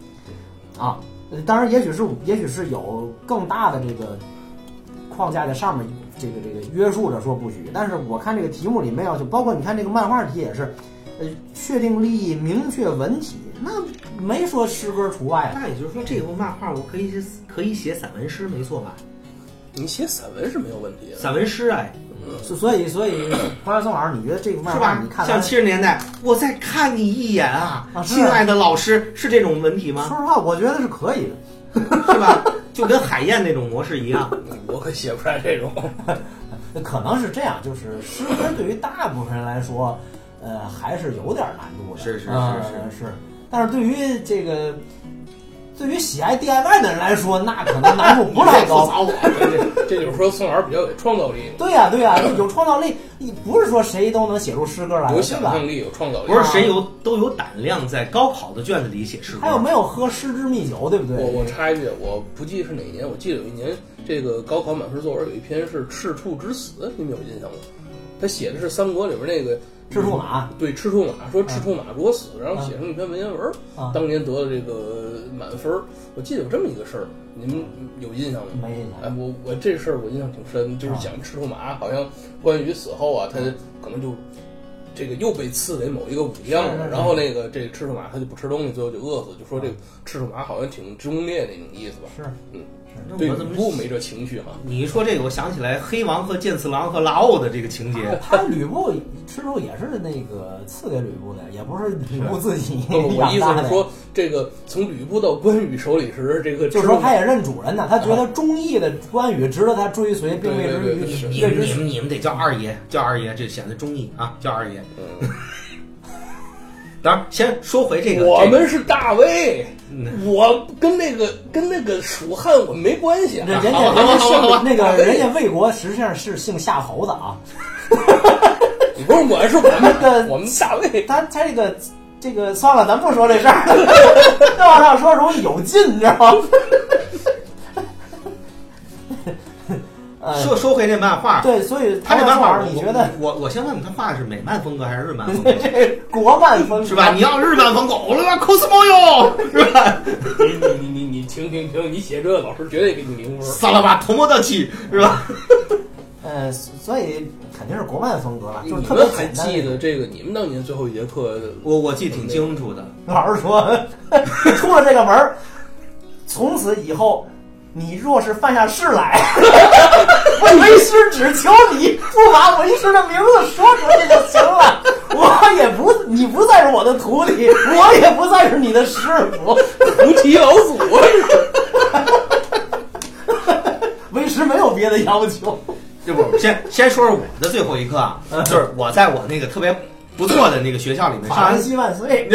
Speaker 4: 啊，呃当然也许是也许是有更大的这个框架在上面，这个这个约束着说不许。但是我看这个题目里面要求，包括你看这个漫画题也是，呃，确定立意，明确文体，那没说诗歌除外啊。
Speaker 3: 那也就是说，这个漫画我可以写可以写散文诗，没错吧？
Speaker 5: 你写散文是没有问题的。
Speaker 3: 散文诗哎，
Speaker 4: 所所以所以，黄晓松老师，你觉得这个漫
Speaker 3: 是
Speaker 4: 画
Speaker 3: 吧
Speaker 4: 你看？
Speaker 3: 像
Speaker 4: 完
Speaker 3: 七十年代，我再看你一眼啊，
Speaker 4: 啊是啊
Speaker 3: 亲爱的老师，是这种文体吗？
Speaker 4: 说实话，我觉得是可以的。
Speaker 3: 是吧？就跟海燕那种模式一样。
Speaker 5: 我可写不出来这种。
Speaker 4: 可能是这样，就是诗歌对于大部分人来说，呃，还是有点难度的。
Speaker 3: 是是是
Speaker 4: 呃是但是对于这个，对于喜爱 DIY 的人来说，那可能难度不是太高。
Speaker 3: 我，
Speaker 5: 这这就是说宋老师比较有创造力，
Speaker 4: 对呀、对呀、有创造力，你不是说谁都能写出诗歌来
Speaker 5: 有
Speaker 4: 的，对
Speaker 5: 想
Speaker 4: 吧？
Speaker 5: 象力，有创造力
Speaker 3: 不。是谁有都有胆量在高考的卷子里写诗歌。
Speaker 4: 还有没有喝诗之蜜酒，对不对？
Speaker 5: 我我插一句，我不记得是哪一年，我记得有一年这个高考满分作文有一篇是《赤兔之死》，你们有印象吗？他写的是三国里边那个嗯
Speaker 4: 赤兔马，嗯
Speaker 5: 对赤兔马，说赤兔马如果死，然后写成一篇文言文，
Speaker 4: 啊
Speaker 5: 当年得了这个满分儿。我记得有这么一个事儿，你们有印象吗？
Speaker 4: 没印象嗯
Speaker 5: 哎，我我这事儿我印象挺深，就是讲赤兔马好像关羽死后啊，他可能就这个又被赐给某一个武将
Speaker 4: 是是
Speaker 5: 了，
Speaker 4: 是
Speaker 5: 然后那个这赤兔马他就不吃东西，最后就饿死，就说这个赤兔马好像挺知攻略那种意思吧？
Speaker 4: 啊是
Speaker 5: 嗯，
Speaker 3: 那
Speaker 5: 对
Speaker 3: 我怎
Speaker 5: 吕
Speaker 3: 么
Speaker 5: 布没这情绪 哈、
Speaker 3: 你一说这个，我想起来黑王和剑次郎和拉奥的这个情节。
Speaker 4: 他吕布吃兔也是那个赐给吕布的，也不是吕布自己
Speaker 5: 不我
Speaker 4: 养
Speaker 5: 意
Speaker 4: 大
Speaker 5: 思
Speaker 4: 的
Speaker 5: 是。说，这个从吕布到关羽手里时，这个
Speaker 4: 就是
Speaker 5: 赤
Speaker 4: 说
Speaker 5: 兔
Speaker 4: 他
Speaker 5: 马
Speaker 4: 也认主人呢，他觉得忠义的关羽值得他追随，并为之予
Speaker 5: 对对对
Speaker 3: 你
Speaker 4: 任
Speaker 3: 们
Speaker 4: 之
Speaker 3: 你们你们得叫二爷，叫二爷，这显得忠义啊，叫二爷。
Speaker 5: 嗯
Speaker 3: 当然，先说回这个，
Speaker 5: 我
Speaker 3: 这个
Speaker 5: 们是大魏，
Speaker 4: 嗯
Speaker 5: 我跟那个跟那个蜀汉我没关系啊。
Speaker 4: 人家
Speaker 5: 好
Speaker 4: 人
Speaker 5: 吧
Speaker 4: 家
Speaker 5: 好吧好吧
Speaker 4: 姓那
Speaker 5: 大
Speaker 4: 个
Speaker 5: 魏
Speaker 4: 人家魏国实际上是姓夏侯的啊，
Speaker 5: 你不是我是我
Speaker 4: 那个
Speaker 5: 们我们大 魏，
Speaker 4: 他他这个这个算了，咱不说这事儿，再往上说容易有劲，你知道吗？呃，
Speaker 3: 说说回这漫画，
Speaker 4: 对，所以
Speaker 3: 他这漫画，
Speaker 4: 你
Speaker 3: 我
Speaker 4: 觉得
Speaker 3: 我我先问问他画的是美漫风格还是日漫 风格？
Speaker 4: 这国漫风
Speaker 3: 是吧？你要日漫风格，我他妈 cosmo 哟，是吧？
Speaker 5: 你你你你停停停！你写这个老师绝对给你零分。
Speaker 3: 萨拉吧，头摩到起，是吧？
Speaker 4: 呃，所以肯定是国漫风格了，
Speaker 5: 你
Speaker 4: 就是
Speaker 5: 们
Speaker 4: 特别
Speaker 5: 还
Speaker 4: 简单
Speaker 5: 记得这个？你们当年最后一节课，
Speaker 3: 我我记得挺清楚的，
Speaker 4: 老师说，出了这个门儿，从此以后，你若是犯下事来， 我为师只求你不把为师的名字说出去就行了。我也不，你不再是我的徒弟，我也不再是你的师傅。
Speaker 5: 菩提老祖，啊
Speaker 4: 为师没有别的要求。
Speaker 3: 这不先先说说我的最后一课啊，就是我在我那个特别不错的那个学校里面 上
Speaker 4: 法
Speaker 3: 完
Speaker 4: 兰西万岁！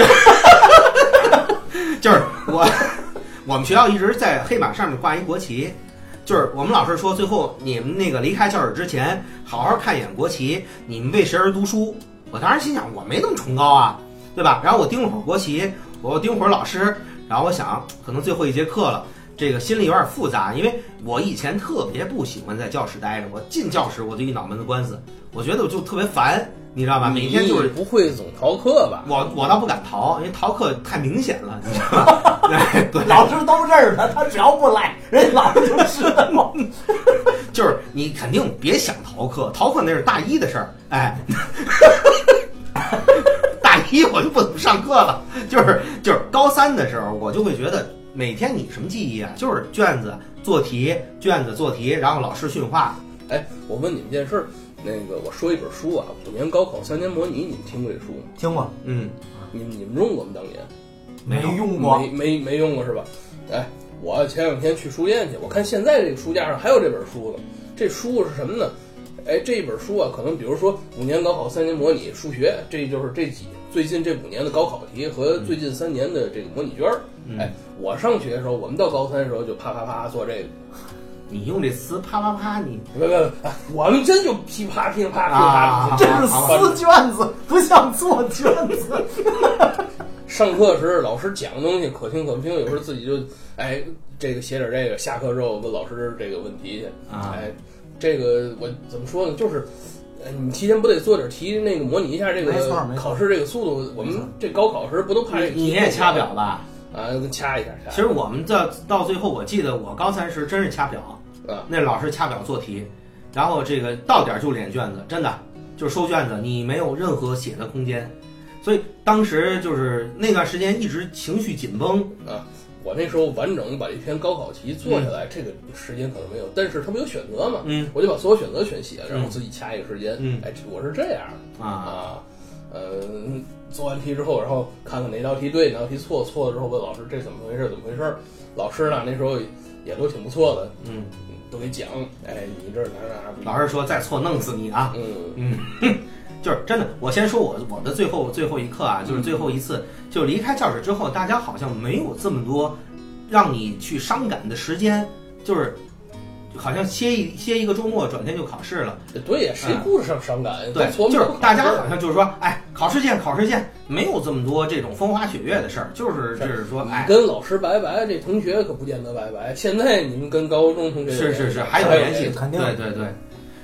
Speaker 3: 就是我，我们学校一直在黑板上面挂一国旗，就是我们老师说，最后你们那个离开教室之前，好好看一眼国旗，你们为谁而读书？我当时心想，我没那么崇高啊，对吧？然后我盯了会儿国旗，我盯会儿老师，然后我想，可能最后一节课了。这个心里有点复杂，因为我以前特别不喜欢在教室待着，我进教室我就一脑门子官司，我觉得我就特别烦，你知道吧？啊每天就是
Speaker 5: 你不会总逃课吧？
Speaker 3: 我我倒不敢逃，因为逃课太明显 了，你知道吧？ 对，
Speaker 4: 老师都这儿呢，他只要不来，人家老师就知道。
Speaker 3: 就是你肯定别想逃课，逃课那是大一的事儿， 哎，大一我就不怎么上课了，就是就是高三的时候，我就会觉得每天你什么记忆啊，就是卷子做题，卷子做题，然后老师训话，
Speaker 5: 哎，我问你们件事儿，那个我说一本书啊，《五年高考三年模拟》，你们听过这书吗？
Speaker 4: 听过
Speaker 3: 嗯，
Speaker 5: 你们你们用过吗？当年
Speaker 4: 没用过？
Speaker 5: 没 没没用过是吧？哎，我前两天去书店去，我看现在这个书架上还有这本书呢。这书是什么呢？哎，这本书啊，可能比如说五年高考三年模拟数学，这就是这几最近这五年的高考题和最近三年的这个模拟卷儿。
Speaker 3: 嗯
Speaker 5: 哎，我上学的时候，我们到高三的时候就啪啪啪做这个，
Speaker 3: 你用这词啪啪啪，你
Speaker 5: 不不，不我们真就噼啪噼啪噼
Speaker 3: 啊
Speaker 5: 啪噼啪，
Speaker 4: 这是撕卷子，不像做卷子。
Speaker 5: 上课时老师讲的东西可听可不听，有时候自己就哎这个写点这个，下课之后问老师这个问题去。
Speaker 3: 啊
Speaker 5: 哎，这个我怎么说呢？就是，呃，你提前不得做点题，那个模拟一下这个
Speaker 4: 没错没错
Speaker 5: 考试这个速度。我们这高考时不都怕这个
Speaker 3: 你
Speaker 5: 题目
Speaker 3: 也掐
Speaker 5: 吗
Speaker 3: 表吧？
Speaker 5: 啊？掐一下，掐一
Speaker 3: 其实我们到到最后，我记得我高三时真是掐表，
Speaker 5: 下啊，
Speaker 3: 那老师掐表做题，然后这个到点儿就脸卷子，真的就是收卷子，你没有任何写的空间。所以当时就是那段时间一直情绪紧绷，
Speaker 5: 我那时候完整把一篇高考题做下来，这个时间可能没有，但是它不有选择嘛，
Speaker 3: 嗯
Speaker 5: 我就把所有选择全写，然后
Speaker 3: 嗯
Speaker 5: 自己掐一个时间。
Speaker 3: 嗯
Speaker 5: 哎，这我是这样的。
Speaker 3: 啊，
Speaker 5: 啊，呃，做完题之后，然后看看哪道题对，哪道题错，错了之后问老师这怎么回事，怎么回事？老师呢那时候也都挺不错的，
Speaker 3: 嗯，
Speaker 5: 都给讲，哎，你这儿哪儿哪儿不
Speaker 3: 老师说再错弄死你啊，
Speaker 5: 嗯，
Speaker 3: 嗯，就是真的。我先说我我的最后最后一课啊，就是最后一次，就离开教室之后，大家好像没有这么多让你去伤感的时间，就是好像歇一歇一个周末，转天就考试了。
Speaker 5: 对呀，谁顾得上伤感？
Speaker 3: 嗯对，
Speaker 5: 错
Speaker 3: 就是大家好像就是说，哎，考试见，考试见，没有这么多这种风花雪月的事儿，就是
Speaker 5: 是
Speaker 3: 就是说，
Speaker 5: 你
Speaker 3: 哎，
Speaker 5: 跟老师拜拜，这同学可不见得拜拜。现在你们跟高中同学
Speaker 3: 是是是，还有
Speaker 5: 有
Speaker 3: 联系，
Speaker 4: 肯定
Speaker 3: 对对对。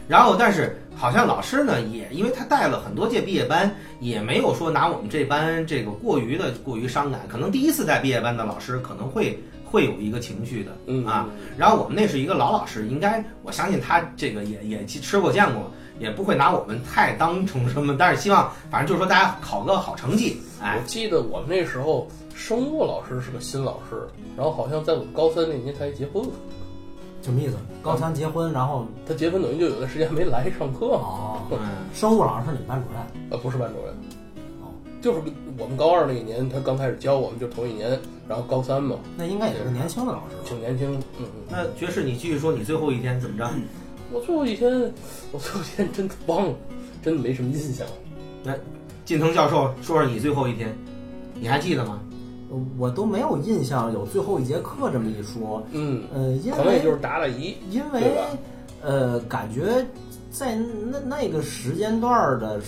Speaker 3: 然后，但是好像老师呢，也因为他带了很多届毕业班，也没有说拿我们这班这个过于的过于伤感。可能第一次带毕业班的老师，可能会会有一个情绪的，
Speaker 5: 嗯
Speaker 3: 啊，然后我们那是一个老老师，应该我相信他这个也也吃过见过，也不会拿我们太当成什么，但是希望反正就是说大家考个好成绩，哎
Speaker 5: 我，记得我们那时候生物老师是个新老师，然后好像在我们高三那年他还结婚了，
Speaker 4: 什么意思？高强结婚，然后
Speaker 5: 他结婚等于就有段时间没来上课嘛。
Speaker 4: 哦，
Speaker 3: 嗯，
Speaker 4: 生物老师是你班主任。
Speaker 5: 呃，不是班主任
Speaker 4: 哦，
Speaker 5: 就是我们高二那一年，他刚开始教我们，就头一年，然后高三嘛，
Speaker 4: 那应该也是个年轻的老师吧？
Speaker 5: 挺年轻，嗯嗯。
Speaker 3: 那爵士你继续说你最后一天怎么 着？
Speaker 5: 我最后一天， 我最后一天真的忘了，真的没什么印象。
Speaker 3: 近藤教授说说你最后一天，你还记得吗？
Speaker 4: 呃我都没有印象有最后一节课这么一说。
Speaker 5: 嗯，
Speaker 4: 呃，因
Speaker 5: 可能也就
Speaker 4: 为
Speaker 5: 是答了一，
Speaker 4: 因
Speaker 5: 对
Speaker 4: 为
Speaker 5: 吧
Speaker 4: 呃，感觉在那那个时间段儿的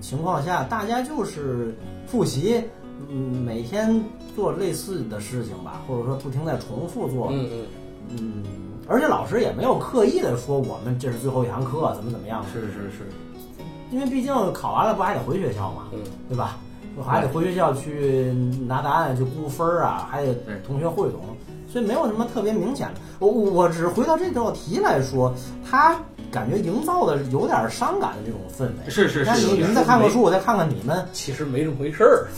Speaker 4: 情况下，大家就是复习，嗯，每天做类似的事情吧，或者说不停在重复做，
Speaker 5: 嗯嗯，
Speaker 4: 嗯，而且老师也没有刻意的说我们这是最后一堂课，怎么怎么样，
Speaker 3: 是是是，
Speaker 4: 因为毕竟考完了不还得回学校嘛，
Speaker 5: 嗯
Speaker 4: 对吧？我还得回学校去拿答案、去估分儿啊，还得
Speaker 3: 对
Speaker 4: 同学汇总，所以没有什么特别明显的。我我我只是回到这道题来说，它感觉营造的有点伤感的这种氛围。
Speaker 3: 是是
Speaker 4: 那
Speaker 3: 是
Speaker 4: 你
Speaker 3: 有点
Speaker 4: 们再看看书，我再看看你们，
Speaker 5: 其实没这么回事儿，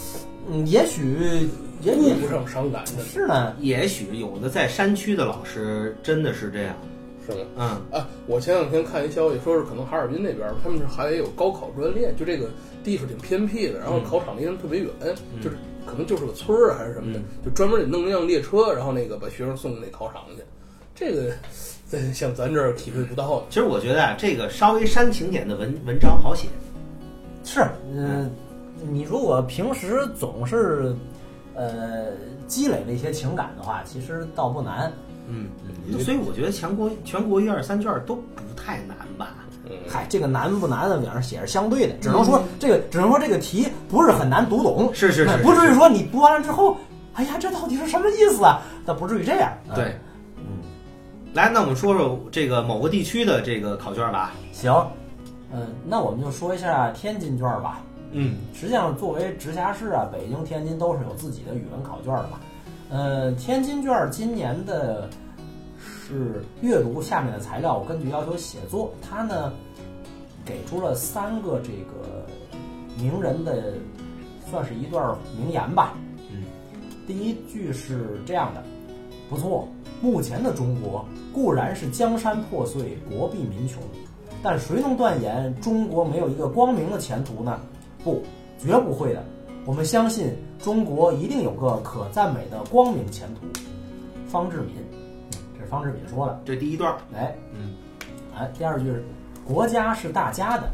Speaker 4: 嗯，也许也
Speaker 5: 顾
Speaker 4: 也
Speaker 5: 不上伤感的，
Speaker 4: 是呢，
Speaker 3: 也许有的在山区的老师真的是这样，
Speaker 5: 是吗？
Speaker 3: 嗯
Speaker 5: 啊，我前两天看一消息，说是可能哈尔滨那边儿他们是还有高考专列，就这个地方挺偏僻的，然后考场离他们特别远，就是可能就是个村儿啊还是什么的，就专门得弄一辆列车，然后那个把学生送那考场去。这个但像咱这儿体会不到。
Speaker 3: 其实我觉得啊，这个稍微煽情点的文文章好写，
Speaker 4: 是，嗯，你如果平时总是，呃，积累了一些情感的话，其实倒不难。
Speaker 3: 嗯，所以我觉得全国全国一二三卷都不太难吧？
Speaker 4: 嗨，这个难不难的点儿写是相对的，只能说这个，只能说这个题不是很难读懂，
Speaker 3: 嗯是是是
Speaker 4: 哎
Speaker 3: 是
Speaker 4: 不至于说你读完了之后，哎呀，这到底是什么意思啊？但不至于这样。嗯，
Speaker 3: 对，嗯，来，那我们说说这个某个地区的这个考卷吧。
Speaker 4: 行，嗯、那我们就说一下天津卷儿吧。
Speaker 3: 嗯，
Speaker 4: 实际上，作为直辖市啊，北京、天津都是有自己的语文考卷的嘛。呃，天津卷儿今年的是阅读下面的材料，我根据要求写作，它呢给出了三个这个名人的，算是一段儿名言吧。第一句是这样的：不错，目前的中国固然是江山破碎，国必民穷，但谁能断言中国没有一个光明的前途呢？不，绝不会的。我们相信中国一定有个可赞美的光明前途。方志敏，嗯这是方志敏说的。
Speaker 3: 这第一段，
Speaker 4: 哎，
Speaker 3: 嗯，
Speaker 4: 哎，第二句是国家是大家的，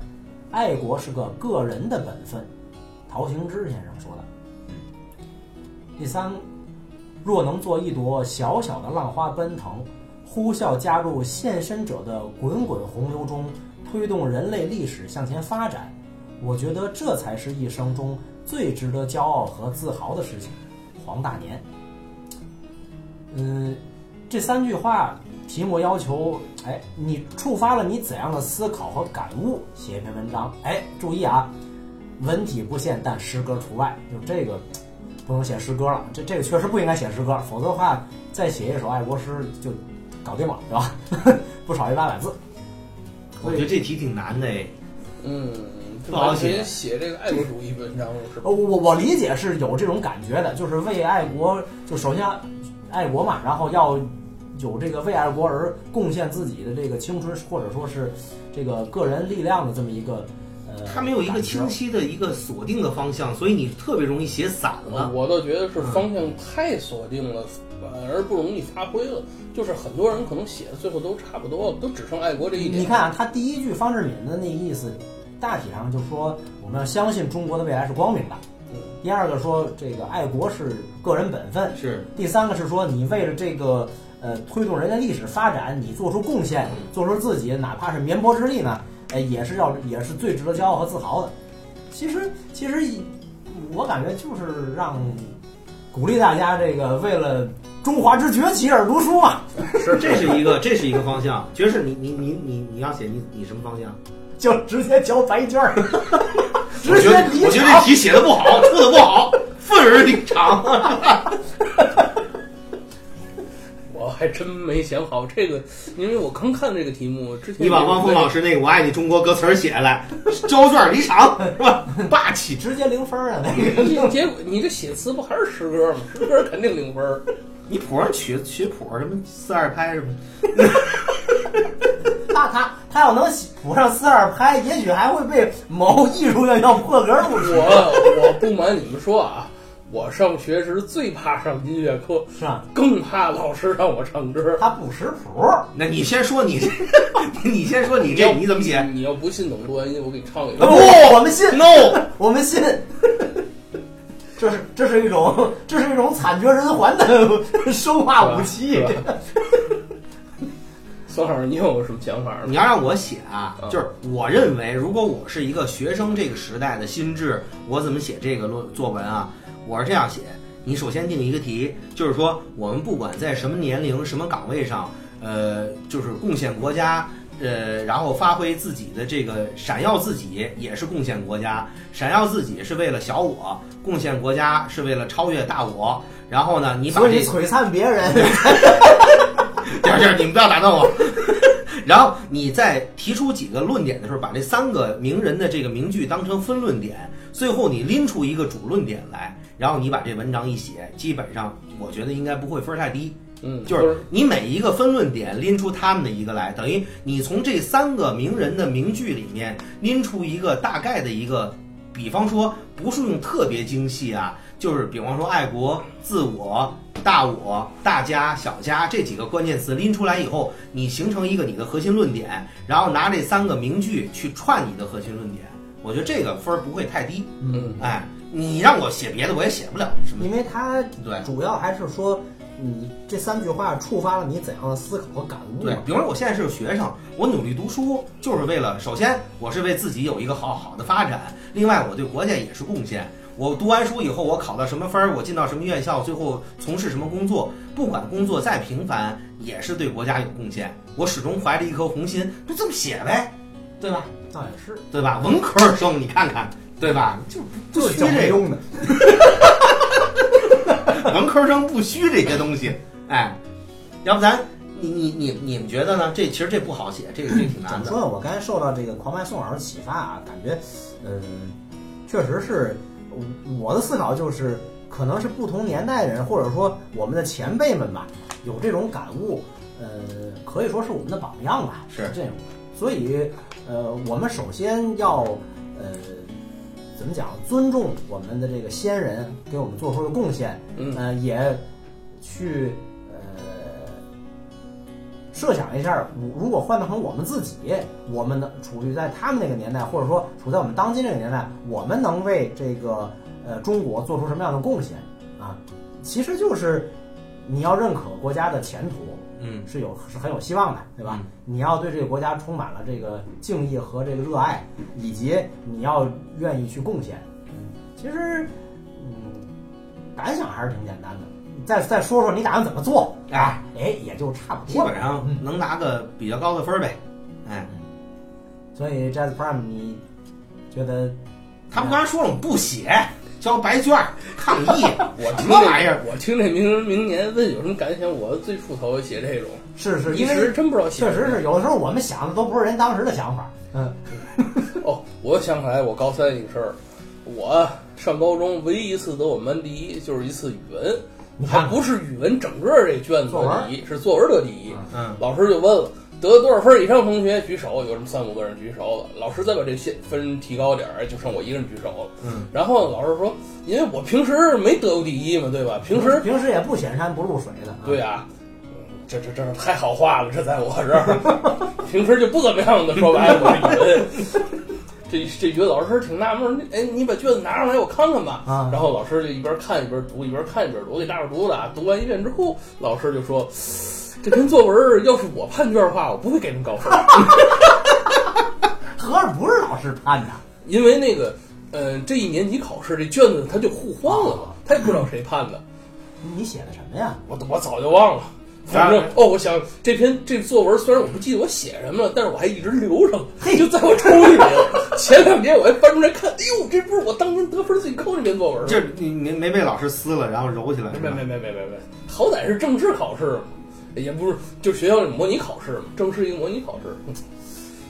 Speaker 4: 爱国是个个人的本分。陶行知先生说的。第三，若能做一朵小小的浪花奔腾，呼啸加入献身者的滚滚洪流中，推动人类历史向前发展，我觉得这才是一生中最值得骄傲和自豪的事情。黄大年，嗯，这三句话题目要求，哎，你触发了你怎样的思考和感悟，写一篇文章。哎，注意啊，文体不限，但诗歌除外。就这个不能写诗歌了，这这个确实不应该写诗歌，否则的话再写一首爱国诗就搞定了，对吧？ 不少于八百字。
Speaker 3: 我觉得这题挺难的哎。
Speaker 5: 嗯，
Speaker 3: 不好写
Speaker 5: 写写这个爱国主义文章是吧？
Speaker 4: 呃，我我理解是有这种感觉的，就是为爱国，就首先爱国嘛，然后要有这个为爱国而贡献自己的这个青春，或者说是这个个人力量的这么一个呃，
Speaker 3: 它没有一个
Speaker 4: 感觉
Speaker 3: 清晰的一个锁定的方向，所以你特别容易写散了。
Speaker 5: 我倒觉得是方向太锁定了，反而不容易发挥了。就是很多人可能写的最后都差不多了，都只剩爱国这一点。
Speaker 4: 你看啊，他第一句方志敏的那意思，大体上就说我们要相信中国的未来是光明的。
Speaker 5: 嗯，
Speaker 4: 第二个说这个爱国是个人本分，
Speaker 3: 是
Speaker 4: 第三个是说你为了这个呃推动人类历史发展，你做出贡献，做出自己哪怕是绵薄之力呢，呃，也是要也是最值得骄傲和自豪的。其实其实我感觉就是让鼓励大家这个为了中华之崛起而读书嘛，
Speaker 3: 是，这是一个这是一个方向。爵士，你你你你你要写你你什么方向？
Speaker 4: 就直接交白 卷儿，
Speaker 3: 我
Speaker 4: 直
Speaker 3: 觉
Speaker 4: 接
Speaker 3: 得
Speaker 4: 离
Speaker 3: 我觉得
Speaker 4: 场
Speaker 3: 这题写的不好，出的不好，愤而离场。
Speaker 5: 我还真没想好这个，因为我刚看这个题目之前，
Speaker 3: 你把汪峰老师那个“我爱你中国”歌词儿写下来，交卷离场是吧？霸气。
Speaker 4: 直接零分儿啊那个。
Speaker 5: 你结果你这写词不还是诗歌吗？诗歌肯定零分儿。
Speaker 3: 你谱上学学谱什么四二拍什么？
Speaker 4: 他他他要能谱上四二拍，也许还会被某艺术院校破格录取，
Speaker 5: 我我不瞒你们说啊，我上学时最怕上音乐课，
Speaker 4: 是
Speaker 3: 啊
Speaker 4: 吧？
Speaker 5: 更怕老师让我唱歌。
Speaker 4: 他不识谱，
Speaker 3: 那你先说你 这，你先说你
Speaker 5: 你要
Speaker 3: 这你怎么写
Speaker 5: 你要不信董卓音，我给你唱一
Speaker 4: 不，
Speaker 5: 个。
Speaker 4: 我们信，
Speaker 3: ？No，
Speaker 4: 我们信。这是这是一种 这是一种惨绝人寰的生化武器。
Speaker 5: 是吧孙老师，你有什么想法
Speaker 3: 你
Speaker 5: 吗？
Speaker 3: 要让我写啊
Speaker 5: 嗯，
Speaker 3: 就是我认为，如果我是一个学生这个时代的心智，我怎么写这个论作文啊？我是这样写：你首先定一个题，就是说我们不管在什么年龄、什么岗位上，呃，就是贡献国家。呃，然后发挥自己的这个闪耀自己，也是贡献国家。闪耀自己是为了小我，贡献国家是为了超越大我。然后呢，你把
Speaker 4: 所
Speaker 3: 这
Speaker 4: 以璀璨别 人，
Speaker 3: 就是就是你们不要打断我。 然后你在提出几个论点的时候，把这三个名人的这个名句当成分论点，最后你拎出一个主论点来，然后你把这文章一写，基本上我觉得应该不会分儿太低。
Speaker 5: 嗯，
Speaker 3: 就
Speaker 5: 都
Speaker 3: 是你每一个分论点拎出他们的一个来，等于你从这三个名人的名句里面拎出一个大概的一个比比方说不是用特别精细啊，就是比方说爱国、自我、大我、大家、小家这几个关键词拎出来以后，你形成一个你的核心论点，然后拿这三个名句去串你的核心论点，我觉得这个分儿不会太低。
Speaker 5: 嗯，
Speaker 3: 哎，你让我写别的我也写不了什么
Speaker 4: 因。为它
Speaker 3: 对
Speaker 4: 主要还是说你这三句话触发了你怎样的思考和感悟啊
Speaker 3: 对
Speaker 4: 嘛。，
Speaker 3: 比如说我现在是个学生，我努力读书就是为了，首先我是为自己有一个好好的发展，另外我对国家也是贡献。我读完书以后，我考到什么分儿，我进到什么院校，最后从事什么工作，不管工作再平凡，也是对国家有贡献。我始终怀着一颗红心，就这么写呗，对吧？
Speaker 4: 倒也是，
Speaker 3: 对吧？文科儿生，你看看，对吧？ 就不
Speaker 4: 这
Speaker 3: 虚
Speaker 4: 叫没
Speaker 3: 这个，
Speaker 4: 用的。
Speaker 3: 文科生不虚这些东西，哎，要不咱你你你你们觉得呢？这其实这不好写，这个这挺
Speaker 4: 怎
Speaker 3: 难
Speaker 4: 么
Speaker 3: 的。
Speaker 4: 说呢？我刚才受到这个狂派宋老师启发啊，感觉，嗯，确实是，我我的思考就是，可能是不同年代人，或者说我们的前辈们吧，有这种感悟，呃，可以说是我们的榜样吧，
Speaker 3: 是
Speaker 4: 这种。所以，呃，我们首先要，呃，怎么讲？尊重我们的这个先人给我们做出的贡献，
Speaker 5: 嗯
Speaker 4: 呃，也去呃设想一下，如如果换成我们自己，我们能处于在他们那个年代，或者说处在我们当今这个年代，我们能为这个呃中国做出什么样的贡献啊？其实就是你要认可国家的前途，
Speaker 3: 嗯，
Speaker 4: 是有是很有希望的，对吧
Speaker 3: 嗯？
Speaker 4: 你要对这个国家充满了这个敬意和这个热爱，以及你要愿意去贡献。嗯，其实，嗯，感想还是挺简单的。再再说说你打算怎么做，
Speaker 3: 哎，
Speaker 4: 哎，也就差不
Speaker 3: 基
Speaker 4: 多了
Speaker 3: 本。上能拿个比较高的分儿呗。
Speaker 5: 嗯
Speaker 3: 哎，
Speaker 4: 所以 Jazz Prime，你觉得
Speaker 3: 他们刚才说了，我们不写，交白卷儿抗 议，我什
Speaker 5: 听
Speaker 3: 么
Speaker 5: 这
Speaker 3: 玩意儿？
Speaker 5: 我听这明明年问有什么感想，我最出头写这种，
Speaker 4: 是是？
Speaker 5: 一
Speaker 4: 因
Speaker 5: 时
Speaker 4: 为
Speaker 5: 真不知道写
Speaker 4: 确
Speaker 5: 什么。
Speaker 4: 实是有的时候我们想的都不是人当时的想法。嗯，
Speaker 5: 哦，我想起来我高三一个事儿，我上高中唯一一次得我们班第一就是一次语文，
Speaker 4: 你
Speaker 5: 还
Speaker 4: 看
Speaker 5: 不是语文整个这卷子
Speaker 4: 作
Speaker 5: 得
Speaker 4: 文
Speaker 5: 第一，是作文得第一。
Speaker 3: 嗯，
Speaker 5: 老师就问了，得多少分以上同学举手，有什么三五个人举手了。老师再把这些分提高点儿，就剩我一个人举手了。
Speaker 3: 嗯，
Speaker 5: 然后老师说，因为我平时没得过第一嘛，对吧？平时
Speaker 4: 平时也不显山不露水的。
Speaker 5: 对啊，嗯这这这太好话了，这在我这儿，平时就不怎么样的，说白了我这人。这这觉得老师挺纳闷儿，哎，你把卷子拿上来我看看吧。
Speaker 4: 啊
Speaker 5: 然后老师就一边看一边读，一边看一边读，我给大伙儿读了啊。读完一遍之后，老师就说：“这篇作文儿要是我判卷儿的话，我不会给那么高分儿。”
Speaker 4: 合着不是老师判的。
Speaker 5: 因为那个，呃，这一年级考试这卷子它就互换了嘛，他也不知道谁判的，
Speaker 4: 你写的什么呀？
Speaker 5: 我我早就忘了。反正
Speaker 3: 当然
Speaker 5: 哦，我想这篇这作文虽然我不记得我写什么了，但是我还一直留着，
Speaker 4: 嘿
Speaker 5: 就在我抽屉里了。前两天我还翻出来看，哎呦，这不是我当年得分最高那篇作文吗？
Speaker 3: 就是你没没被老师撕了，然后揉起来是
Speaker 5: 没
Speaker 3: 吧，
Speaker 5: 没没没没没，好歹是正式考试嘛，也不是就学校里模拟考试嘛，正式一个模拟考试。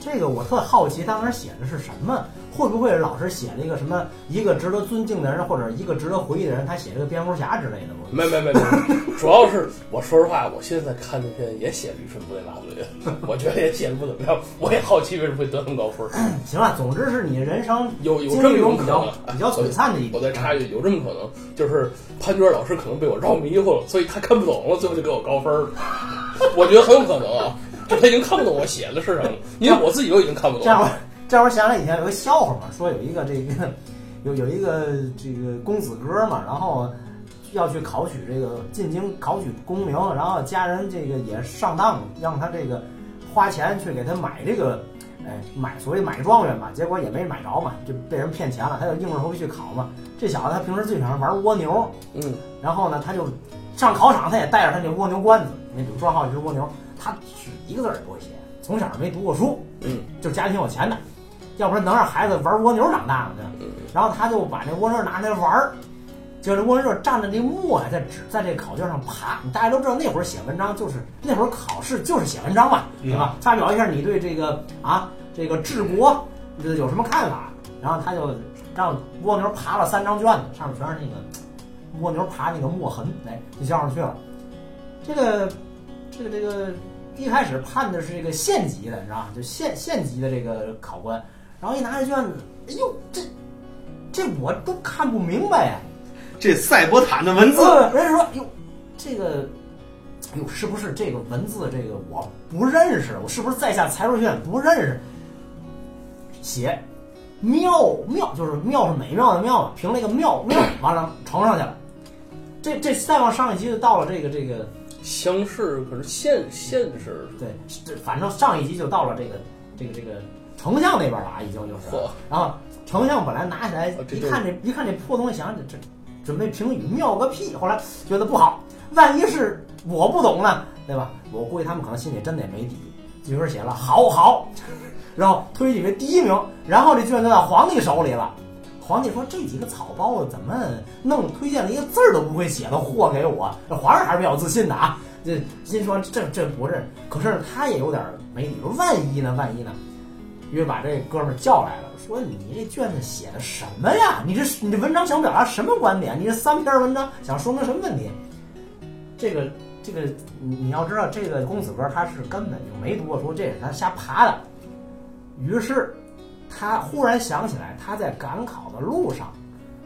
Speaker 4: 这个我特好奇，当时写的是什么？会不会老师写了一个什么一个值得尊敬的人，或者一个值得回忆的人，他写了个蝙蝠侠之类的？我
Speaker 5: 没没 没没，主要是我说实话，我现在看那篇也写驴唇不对马嘴，我觉得也写的 不怎么样，我也好奇为什么会得那么高分儿。
Speaker 4: 行了，总之是你人生
Speaker 5: 有有
Speaker 4: 经
Speaker 5: 这么
Speaker 4: 历
Speaker 5: 一种
Speaker 4: 中比
Speaker 5: 可
Speaker 4: 较
Speaker 5: 能，啊
Speaker 4: 比较璀璨的一
Speaker 5: 我
Speaker 4: 笔。
Speaker 5: 再插一句，有这么可能，就是潘娟老师可能被我绕迷糊了，所以他看不懂了，最后就给我高分儿了。我觉得很有可能啊，就他已经看不懂我写的是什么，因为我自己都已经看不懂
Speaker 4: 这样我这样我想起来以前有个笑话嘛，说有一个这个有有一个这个公子哥嘛，然后要去考取这个进京考取功名，然后家人这个也上当，让他这个花钱去给他买这个。哎，买所谓买状元嘛，结果也没买着嘛，就被人骗钱了，他就硬着头皮去考嘛。这小子他平时最喜欢玩蜗牛，
Speaker 5: 嗯，
Speaker 4: 然后呢，他就上考场，他也带着他那蜗牛罐子，那比如说好几只蜗牛，他一个字儿也不会写，从小没读过书，
Speaker 5: 嗯，
Speaker 4: 就家庭有钱的，要不然能让孩子玩蜗牛长大吗？对吧然后他就把那蜗牛拿来玩儿，结果这蜗牛就蘸着那墨呀，在纸在这考卷上爬。大家都知道那会儿写文章就是那会儿考试就是写文章嘛，对吧？发表一下你对这个啊这个治国呃有什么看法。然后他就让蜗牛爬了三张卷子，上面全是那个蜗牛爬那个墨痕，哎，就交上去了。这个这个这个一开始判的是这个县级的，你知道吧？就县县级的这个考官，然后一拿着卷子，哎呦，这这我都看不明白呀、
Speaker 3: 这赛博坦的文字，
Speaker 4: 呃人家说哟，这个哟是不是这个文字这个我不认识？我是不是在下才疏学浅不认识？写妙妙就是妙是美妙的妙嘛，评了一个妙妙，完了呈上去了。这这再往上一级就到了这个这个
Speaker 5: 相似可是现现实，
Speaker 4: 对，这反正上一集就到了这个这个这个丞相那边了啊，已经就是
Speaker 5: 嚯。
Speaker 4: 然后丞相本来拿起来
Speaker 5: 这
Speaker 4: 一
Speaker 5: 就是
Speaker 4: 看这一看这破东西，想这这准备评语妙个屁，后来觉得不好，万一是我不懂呢，对吧？我估计他们可能心里真的也没底，于是写了好好，然后推举为第一名，然后这卷就到皇帝手里了。皇帝说：“这几个草包子怎么弄？推荐了一个字儿都不会写的货给我？这皇上还是比较自信的啊。这心说这这不认，可是他也有点没底。说万一呢？万一呢？于是把这哥们儿叫来了，说：“你这卷子写的什么呀？你这你这文章想表达什么观点？你这三篇文章想说明什么问题？”这个这个，你你要知道，这个公子哥他是根本就没读过书，这也是他瞎爬的。于是，他忽然想起来，他在赶考的路上，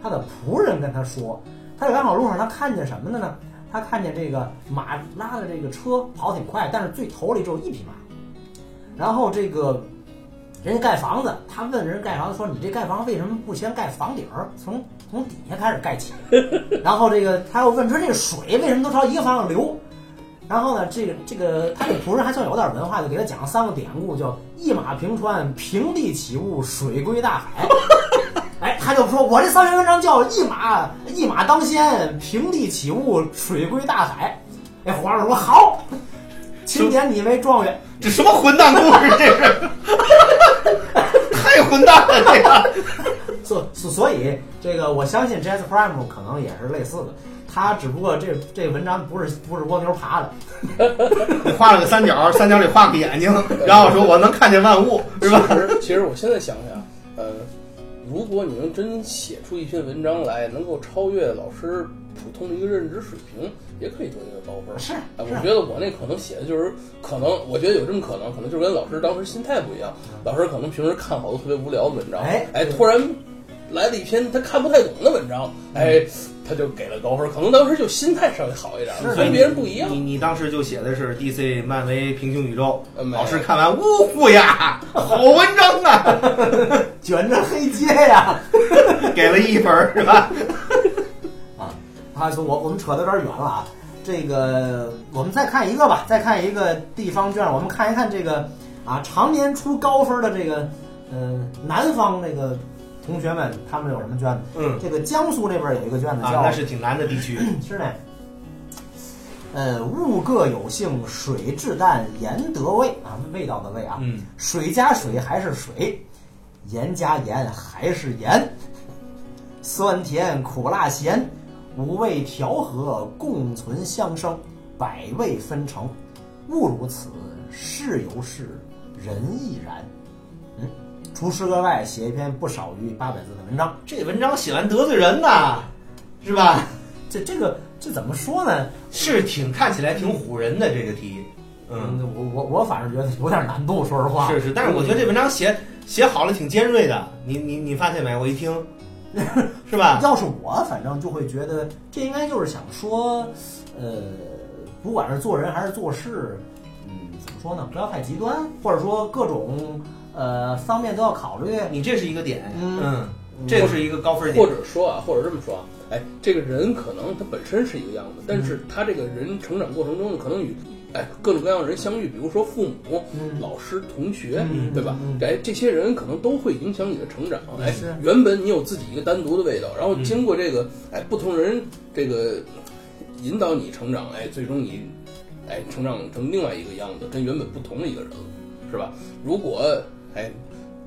Speaker 4: 他的仆人跟他说，他在赶考路上，他看见什么了呢？他看见这个马拉的这个车跑挺快，但是最头里只有一匹马。然后这个人家盖房子，他问人盖房子说：“你这盖房为什么不先盖房顶儿，从从底下开始盖起？”然后这个他又问说：“这水为什么都朝一个方向流？”然后呢，这个这个他这仆人还算有点文化，就给他讲了三个典故，叫“一马平川，平地起雾，水归大海” 。哎，他就说：“我这三篇文章叫‘一马一马当先，平地起雾，水归大海’。”哎，皇上说：“好，钦点你为状元。”
Speaker 3: 这什么混蛋故事？这是 太混蛋了！这个
Speaker 4: 所所所以，这个我相信 Jazz Prime 可能也是类似的，他只不过这这文章不是不是蜗牛爬的，
Speaker 3: 你画了个三 角，三角里画个眼睛，然后说我能看见万物，是吧？
Speaker 5: 其实，其实我现在想想，呃，如果你能真写出一篇文章来，能够超越老师普通的一个认知水平，也可以得一个高分。
Speaker 4: 是
Speaker 5: 啊，我
Speaker 4: 是
Speaker 5: 觉得我那可能写的就是可能，我觉得有这么可能，可能就是跟老师当时心态不一样。老师可能平时看好多特别无聊的文章，
Speaker 4: 嗯哎
Speaker 5: 哎，突然来了一篇他看不太懂的文章，
Speaker 4: 嗯
Speaker 5: 哎，他就给了高分。可能当时就心态稍微好一点，
Speaker 4: 是
Speaker 5: 跟别人不一样
Speaker 3: 你。你当时就写的是 DC 漫威平行宇宙，
Speaker 5: 呃没有
Speaker 3: 老师看完，呜呼呀，好文章啊，
Speaker 4: 卷着黑街呀！
Speaker 3: 给了一分儿是吧？
Speaker 4: 啊，就我我们扯得有点远了啊。这个我们再看一个吧，再看一个地方卷，我们看一看这个啊，常年出高分的这个呃南方那个同学们，他们有什么卷子？
Speaker 3: 嗯
Speaker 4: 这个江苏那边有一个卷子
Speaker 3: 啊，
Speaker 4: 叫、
Speaker 3: 那是挺难的地区，
Speaker 4: 是呢。呃，物各有性，水至淡，盐得味啊，味道的味啊。
Speaker 3: 嗯，
Speaker 4: 水加水还是水，盐加盐还是盐，酸甜苦辣咸，五味调和，共存相生，百味纷呈。物如此，事由是，人亦然。嗯，除诗歌外，写一篇不少于八百字的文章。
Speaker 3: 这文章写完得罪人呐，是吧？
Speaker 4: 这这个这怎么说呢？
Speaker 3: 是挺看起来挺唬人的这个题，嗯，，
Speaker 4: 我我我反正觉得有点难度，说实话。
Speaker 3: 是是，但是我觉得这文章写写好了挺尖锐的，你你你发现没？我一 听，是吧？
Speaker 4: 要是我，反正就会觉得这应该就是想说，呃，不管是做人还是做事，嗯，怎么说呢？不要太极端，或者说各种呃方面都要考虑。啊
Speaker 3: 你这是一个点，
Speaker 4: 嗯
Speaker 3: 嗯，这个是一个高分
Speaker 5: 或
Speaker 3: 点，
Speaker 5: 者说啊，或者这么说啊，哎，这个人可能他本身是一个样子，但
Speaker 4: 嗯
Speaker 5: 是他这个人成长过程中可能与哎各种各样的人相遇，比如说父母、
Speaker 4: 嗯
Speaker 5: 老师、同学，
Speaker 4: 嗯
Speaker 5: 对吧？
Speaker 4: 嗯嗯嗯
Speaker 5: 哎，这些人可能都会影响你的成长。哎
Speaker 4: 是，
Speaker 5: 原本你有自己一个单独的味道，然后经过这个哎不同人这个引导你成长，哎，最终你哎成长成另外一个样子，跟原本不同的一个人了，是吧？如果哎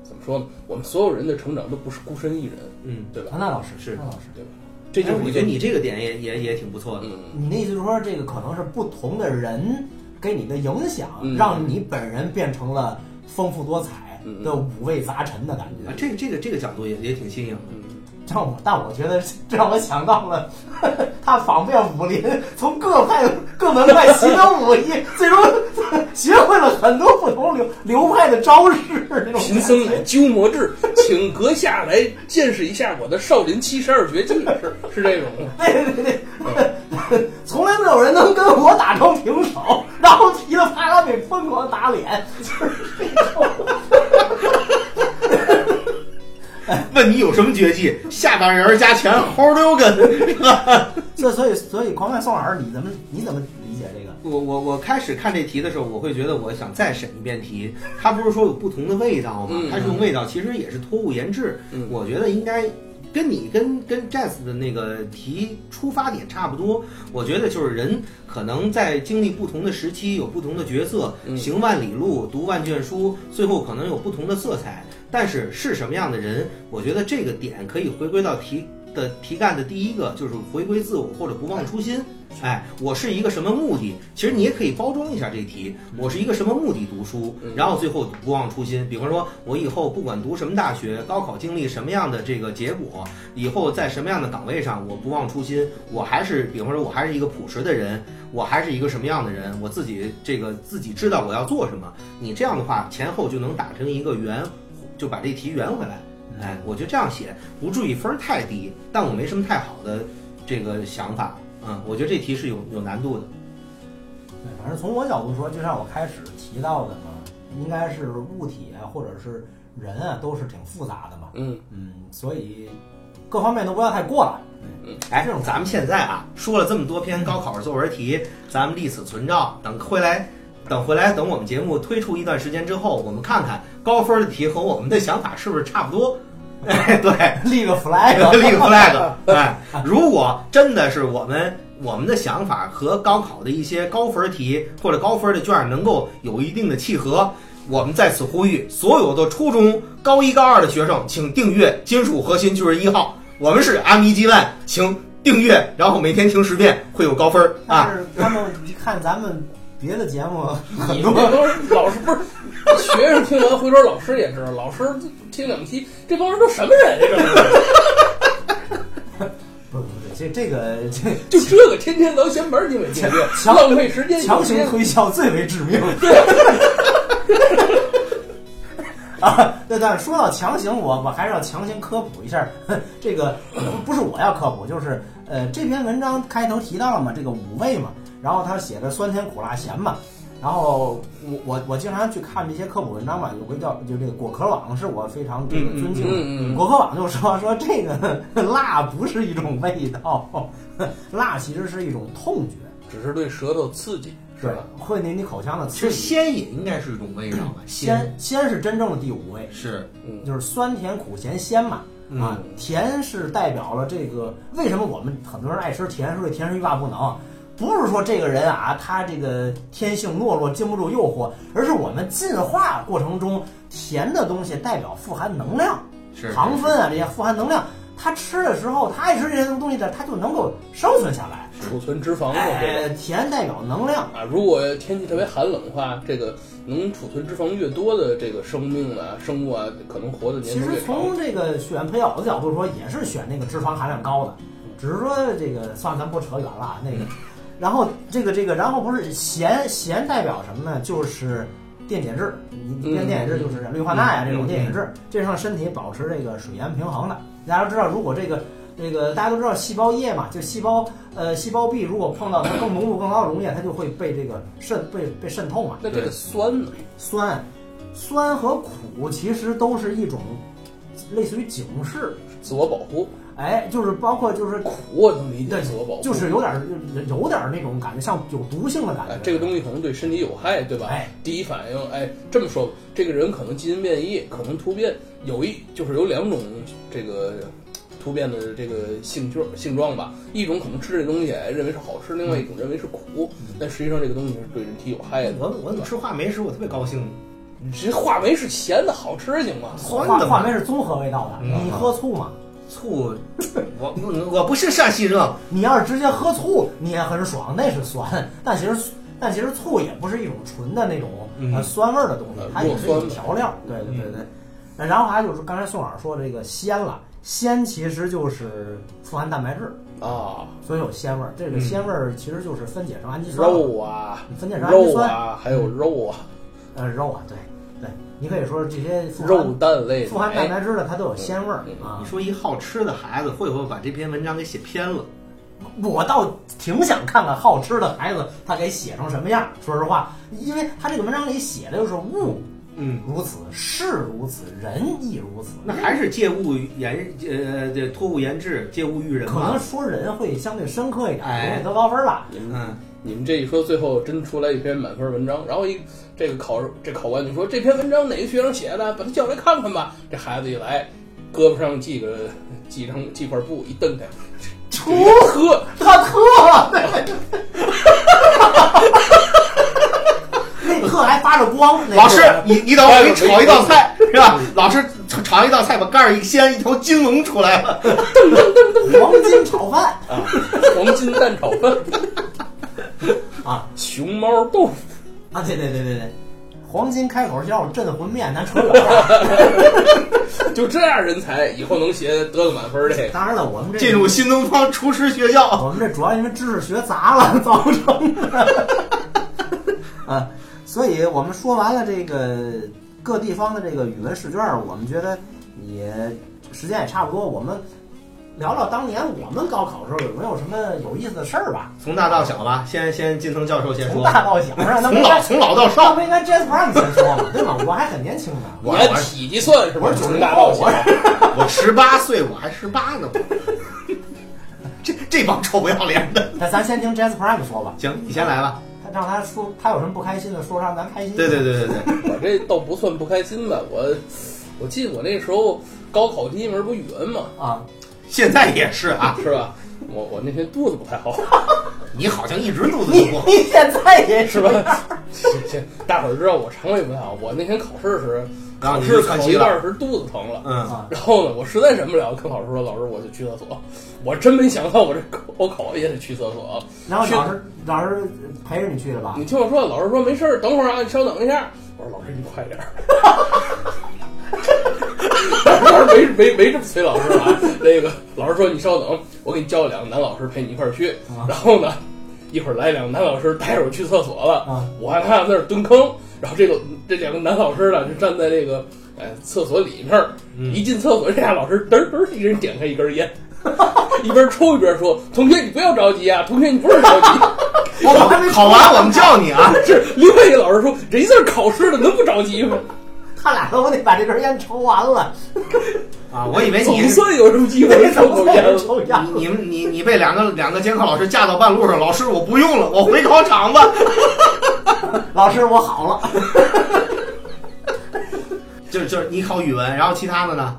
Speaker 5: 怎么说呢？我们所有人的成长都不是孤身一人，
Speaker 3: 嗯，
Speaker 5: 对吧？
Speaker 4: 唐娜老师
Speaker 3: 是
Speaker 4: 唐娜老师，
Speaker 5: 对吧？这就
Speaker 3: 哎
Speaker 5: 是
Speaker 3: 我
Speaker 5: 一
Speaker 3: 觉
Speaker 5: 个
Speaker 3: 得你这个点也也也挺不错的，
Speaker 5: 嗯，
Speaker 4: 你那意思就是说，这个可能是不同的人给你的影响，
Speaker 5: 嗯
Speaker 4: 让你本人变成了丰富多彩
Speaker 5: 嗯
Speaker 4: 的五味杂陈的感觉。
Speaker 3: 啊啊，这个这个这个角度也也挺新颖的，
Speaker 5: 嗯
Speaker 4: 让我，但我觉得这让我想到了，他访遍武林，从各派各门派习得武艺，最终学会了很多不同流流派的招式。那 种
Speaker 5: 贫僧 有鸠摩智，请阁下来见识一下我的少林七十二绝技，是是这种吗？
Speaker 4: 对对对，从来没有人能跟我打成平手，然后噼里啪啦被疯狂打脸，就是这种。
Speaker 3: 问你有什么绝技？下半人加拳，猴溜跟。
Speaker 4: 所以所以所以，狂派宋老师，你怎么你怎么理解这个？
Speaker 3: 我我我开始看这题的时候，我会觉得我想再审一遍题。它不是说有不同的味道吗
Speaker 5: 嗯？
Speaker 3: 它这种味道其实也是托物言志。
Speaker 5: 嗯
Speaker 3: 我觉得应该跟你跟跟 Jazz 的那个题出发点差不多。我觉得就是人可能在经历不同的时期，有不同的角色，
Speaker 5: 嗯
Speaker 3: 行万里路，读万卷书，最后可能有不同的色彩。但是是什么样的人，我觉得这个点可以回归到题的题干的第一个，就是回归自我或者不忘初心。哎，我是一个什么目的？其实你也可以包装一下这题，我是一个什么目的读书，然后最后不忘初心。比方说，我以后不管读什么大学，高考经历什么样的这个结果，以后在什么样的岗位上，我不忘初心，我还是，比方说，我还是一个朴实的人，我还是一个什么样的人，我自己这个自己知道我要做什么。你这样的话，前后就能打成一个圆，就把这题圆回来。哎，我觉得这样写不至于分儿太低，但我没什么太好的这个想法。嗯，我觉得这题是有有难度的。
Speaker 4: 对，反正从我角度说，就像我开始提到的嘛，应该是物体啊，或者是人啊，都是挺复杂的嘛。
Speaker 5: 嗯，
Speaker 4: 嗯，所以各方面都不要太过了。
Speaker 3: 哎，咱们现在啊，说了这么多篇高考作文题，咱们立此存照，等回来，等回来，等我们节目推出一段时间之后，我们看看高分的题和我们的想法是不是差不多。 哎，对，
Speaker 4: 立个 flag，
Speaker 3: 立个 flag。哎，如果真的是我们我们的想法和高考的一些高分题或者高分的卷儿能够有一定的契合，我们在此呼吁所有的初中高一高二的学生，请订阅《金属核心巨人一号》，我们是阿迷鸡万，请订阅，然后每天听十遍，会有高分儿啊
Speaker 4: 但。是他们一看咱们别的节目，
Speaker 5: 你们这帮老师不是学生听完回头，老师也知道，老师听两期，这帮人都什么人呀？这帮人
Speaker 4: 不不不，这这个这
Speaker 5: 就这个天天聊闲白儿，你们听
Speaker 4: 强
Speaker 5: 浪费时间，
Speaker 4: 强行
Speaker 5: 有时间
Speaker 4: 推销最为致命。 啊，对，但是说到强行，我我还是要强行科普一下， 这个不是我要科普，就是呃，这篇文章开头提到了嘛，这个五味嘛，然后他写的酸甜苦辣咸嘛，然后我我我经常去看这些科普文章嘛，有个叫就这个果壳网是我非常这个尊敬的，
Speaker 5: 嗯嗯嗯嗯
Speaker 4: 果壳网就说说这个 辣不是一种味道， 辣其实是一种痛觉，
Speaker 5: 只是对舌头刺激，是
Speaker 4: 对
Speaker 5: 吧？，
Speaker 4: 会对你口腔的
Speaker 3: 其
Speaker 4: 刺
Speaker 3: 实
Speaker 4: 激。嗯
Speaker 3: 鲜也应该是一种味道吧，
Speaker 4: 鲜鲜是真正的第五味，
Speaker 3: 是
Speaker 5: 嗯
Speaker 4: 就是酸甜苦咸鲜嘛。啊，甜是代表了这个为什么我们很多人爱吃甜，说这甜是欲罢不能，不是说这个人啊他这个天性懦弱经不住诱惑，而是我们进化过程中甜的东西代表富含能量，
Speaker 3: 是
Speaker 4: 糖分啊这些富含能量，他吃的时候他爱吃这些东西的，他就能够生存下来。
Speaker 5: 储存脂肪嘛，对吧
Speaker 4: 哎，甜代表能量，
Speaker 5: 啊，如果天气特别寒冷的话，这个能储存脂肪越多的这个生命啊、生物啊，可能活的年
Speaker 4: 其
Speaker 5: 头
Speaker 4: 实
Speaker 5: 越
Speaker 4: 从
Speaker 5: 长。
Speaker 4: 这个选配偶的角度说，也是选那个脂肪含量高的，只是说这个算了，咱不扯远了 啊。那个，然后这个这个，然后不是咸咸代表什么呢？就是电解质，你你
Speaker 5: 嗯
Speaker 4: 变电解质就是让氯化钠呀、
Speaker 5: 嗯
Speaker 4: 这种
Speaker 5: 嗯
Speaker 4: 电解质，这是让身体保持这个水盐平衡的。大家都知道，如果这个这个大家都知道细胞液嘛，就细胞呃细胞壁如果碰到它更浓度更高的溶液，它就会被这个渗被被渗透嘛。
Speaker 5: 那这个酸呢？
Speaker 4: 酸，酸和苦其实都是一种类似于警示，
Speaker 5: 自我保护，
Speaker 4: 哎，就是包括就是
Speaker 5: 苦我能理解，
Speaker 4: 对
Speaker 5: 自我保护
Speaker 4: 就是有点儿有点儿那种感觉，像有毒性的感觉。
Speaker 5: 哎，这个东西可能对身体有害，对吧？
Speaker 4: 哎，
Speaker 5: 第一反应，哎，这么说吧，这个人可能基因变异，可能突变，有一就是有两种这个突变的这个性状性状吧，一种可能吃这东西哎认为是好吃，另外一
Speaker 4: 嗯
Speaker 5: 种认为是苦，但实际上这个东西是对人体有害的。
Speaker 3: 我我怎么吃话梅时我特别高兴呢？
Speaker 5: 你这话梅是咸的，好吃行吗？
Speaker 3: 酸
Speaker 4: 话
Speaker 3: 的
Speaker 4: 话
Speaker 3: 嘛
Speaker 4: 梅是综合味道的，
Speaker 3: 嗯
Speaker 4: 你喝醋吗？
Speaker 3: 醋，我我不是陕西人，
Speaker 4: 你要是直接喝醋，你也很爽，那是酸。但其实但其实醋也不是一种纯的那种、
Speaker 3: 嗯
Speaker 4: 呃酸味儿的东西
Speaker 5: 呃，
Speaker 4: 它也是一
Speaker 5: 弱
Speaker 4: 种
Speaker 5: 酸的嗯
Speaker 4: 调料。对对对对。那然后还有就是刚才宋老师说这个鲜了，鲜其实就是富含蛋白质，
Speaker 5: 啊，
Speaker 4: 所以有鲜味儿。这个鲜味儿其实就是分解成氨基酸了，
Speaker 5: 嗯肉啊，
Speaker 4: 分解成氨基
Speaker 5: 肉
Speaker 4: 酸，
Speaker 5: 啊，还有肉啊，
Speaker 4: 呃，肉啊，对对，你可以说这些富含
Speaker 5: 肉蛋类
Speaker 4: 富含
Speaker 5: 奶
Speaker 4: 蛋白质的它都有鲜味儿
Speaker 5: 嗯嗯
Speaker 4: 啊
Speaker 3: 你。说一好吃的孩子会不会把这篇文章给写偏了？
Speaker 4: 我倒挺想看看好吃的孩子他给写成什么样。说实话，因为他这个文章里写的就是物
Speaker 3: 嗯，
Speaker 4: 如此，事如此，人亦如此。
Speaker 3: 那还是借物言呃，这托物言志，借物喻人
Speaker 4: 可能
Speaker 3: 嘛。
Speaker 4: 说人会相对深刻一点，
Speaker 3: 哎
Speaker 4: 容易得高分了。
Speaker 5: 你们
Speaker 3: 嗯，
Speaker 5: 你们这一说，最后真出来一篇满分文章，然后一这个考这考官就说这篇文章哪个学生写的，把他叫来看看吧。这孩子一来，胳膊上系个系张系块布，一蹬开，出呵，
Speaker 4: 他 特，那特还发着光。那个
Speaker 3: 老 师，你你等我给你炒一道菜是吧？老师炒炒一道菜，把盖儿一掀，一头金龙出来了。
Speaker 4: 黄金炒饭
Speaker 3: 啊
Speaker 5: 黄金蛋炒饭，
Speaker 4: 啊
Speaker 5: 熊猫豆腐，
Speaker 4: 啊！对对对对对，黄金开口笑，镇魂面，咱说老话。
Speaker 5: 就这样人才，以后能写得个满分儿这。
Speaker 4: 当然了，我们这
Speaker 3: 进入新东方厨师学校，
Speaker 4: 我们这主要因为知识学杂了造成的。 啊，所以我们说完了这个各地方的这个语文试卷儿，我们觉得也时间也差不多，我们聊聊当年我们高考时候有没有什么有意思的事儿吧。
Speaker 3: 从大到小吧，先先金藤教授先
Speaker 4: 从
Speaker 3: 说，
Speaker 4: 大到小，让他
Speaker 3: 从
Speaker 4: 们
Speaker 3: 老从老到
Speaker 4: 那
Speaker 3: 少。
Speaker 4: 不应该 Jazz Prime 先说吗？对吧？我还很年轻呢。
Speaker 3: 我
Speaker 5: 你按体积算是不
Speaker 4: 我
Speaker 5: 是
Speaker 4: 是
Speaker 5: 九
Speaker 4: 九
Speaker 5: 零
Speaker 4: 零
Speaker 5: 大
Speaker 4: 后
Speaker 5: 盗，
Speaker 4: 我
Speaker 5: 写？
Speaker 3: 我十八岁，我还十八呢，我 这这帮臭不要脸的。
Speaker 4: 那咱先听 Jazz Prime 说吧，
Speaker 3: 行，你先来吧。
Speaker 4: 他让他说他有什么不开心的，说让咱开心。
Speaker 3: 对对对对对，
Speaker 5: 我这倒不算不开心吧，我我记得我那时候高考第一门不语文嘛，
Speaker 4: 啊，
Speaker 3: 现在也是啊，
Speaker 5: 是吧？我我那天肚子不太好，
Speaker 3: 你好像一直肚子
Speaker 4: 你
Speaker 3: 不好。
Speaker 4: 你现在也
Speaker 5: 是吧？这这 大伙儿知道我肠胃不太好，我那天考试时
Speaker 3: 然
Speaker 5: 考
Speaker 3: 后啊你
Speaker 5: 试
Speaker 3: 就
Speaker 5: 考
Speaker 3: 窜
Speaker 5: 一
Speaker 3: 稀
Speaker 5: 半
Speaker 3: 了，
Speaker 5: 儿时肚子疼了，
Speaker 3: 嗯，
Speaker 4: 啊，
Speaker 5: 然后呢，我实在忍不了，跟老师说，老师我就去厕所。我真没想到我这高考也得去厕所啊！
Speaker 4: 然后
Speaker 5: 去
Speaker 4: 老师老师陪着你去的吧？
Speaker 5: 你听我说，老师说没事儿，等会儿啊，你稍等一下。我说老师你快点儿。老师没没没这么催老师啊，那个老师说你稍等，我给你叫两个男老师陪你一块儿去。然后呢，一会儿来两个男老师带着我去厕所了，
Speaker 4: 啊
Speaker 5: 我让他在那儿蹲坑。然后这个这两个男老师呢，就站在这个呃厕所里面儿，一进厕所，这俩老师嘚儿嘚儿一人点开一根烟， 一边抽一边说：“同学你不要着急啊，同学你不是着急。”
Speaker 3: 我我还没考完，我们叫你啊。
Speaker 5: 是另外一个老师说，人家考试的能不着急吗？
Speaker 4: 他俩都得把这根烟抽完了，
Speaker 3: 啊，我以为 你
Speaker 5: 总算有这么机会能抽口烟了。
Speaker 4: 抽烟
Speaker 3: 你你们你你被两个两个监考老师架到半路上，老师我不用了，我回考场吧。
Speaker 4: 老师，我好了，
Speaker 3: 就是就是你考语文，然后其他的呢？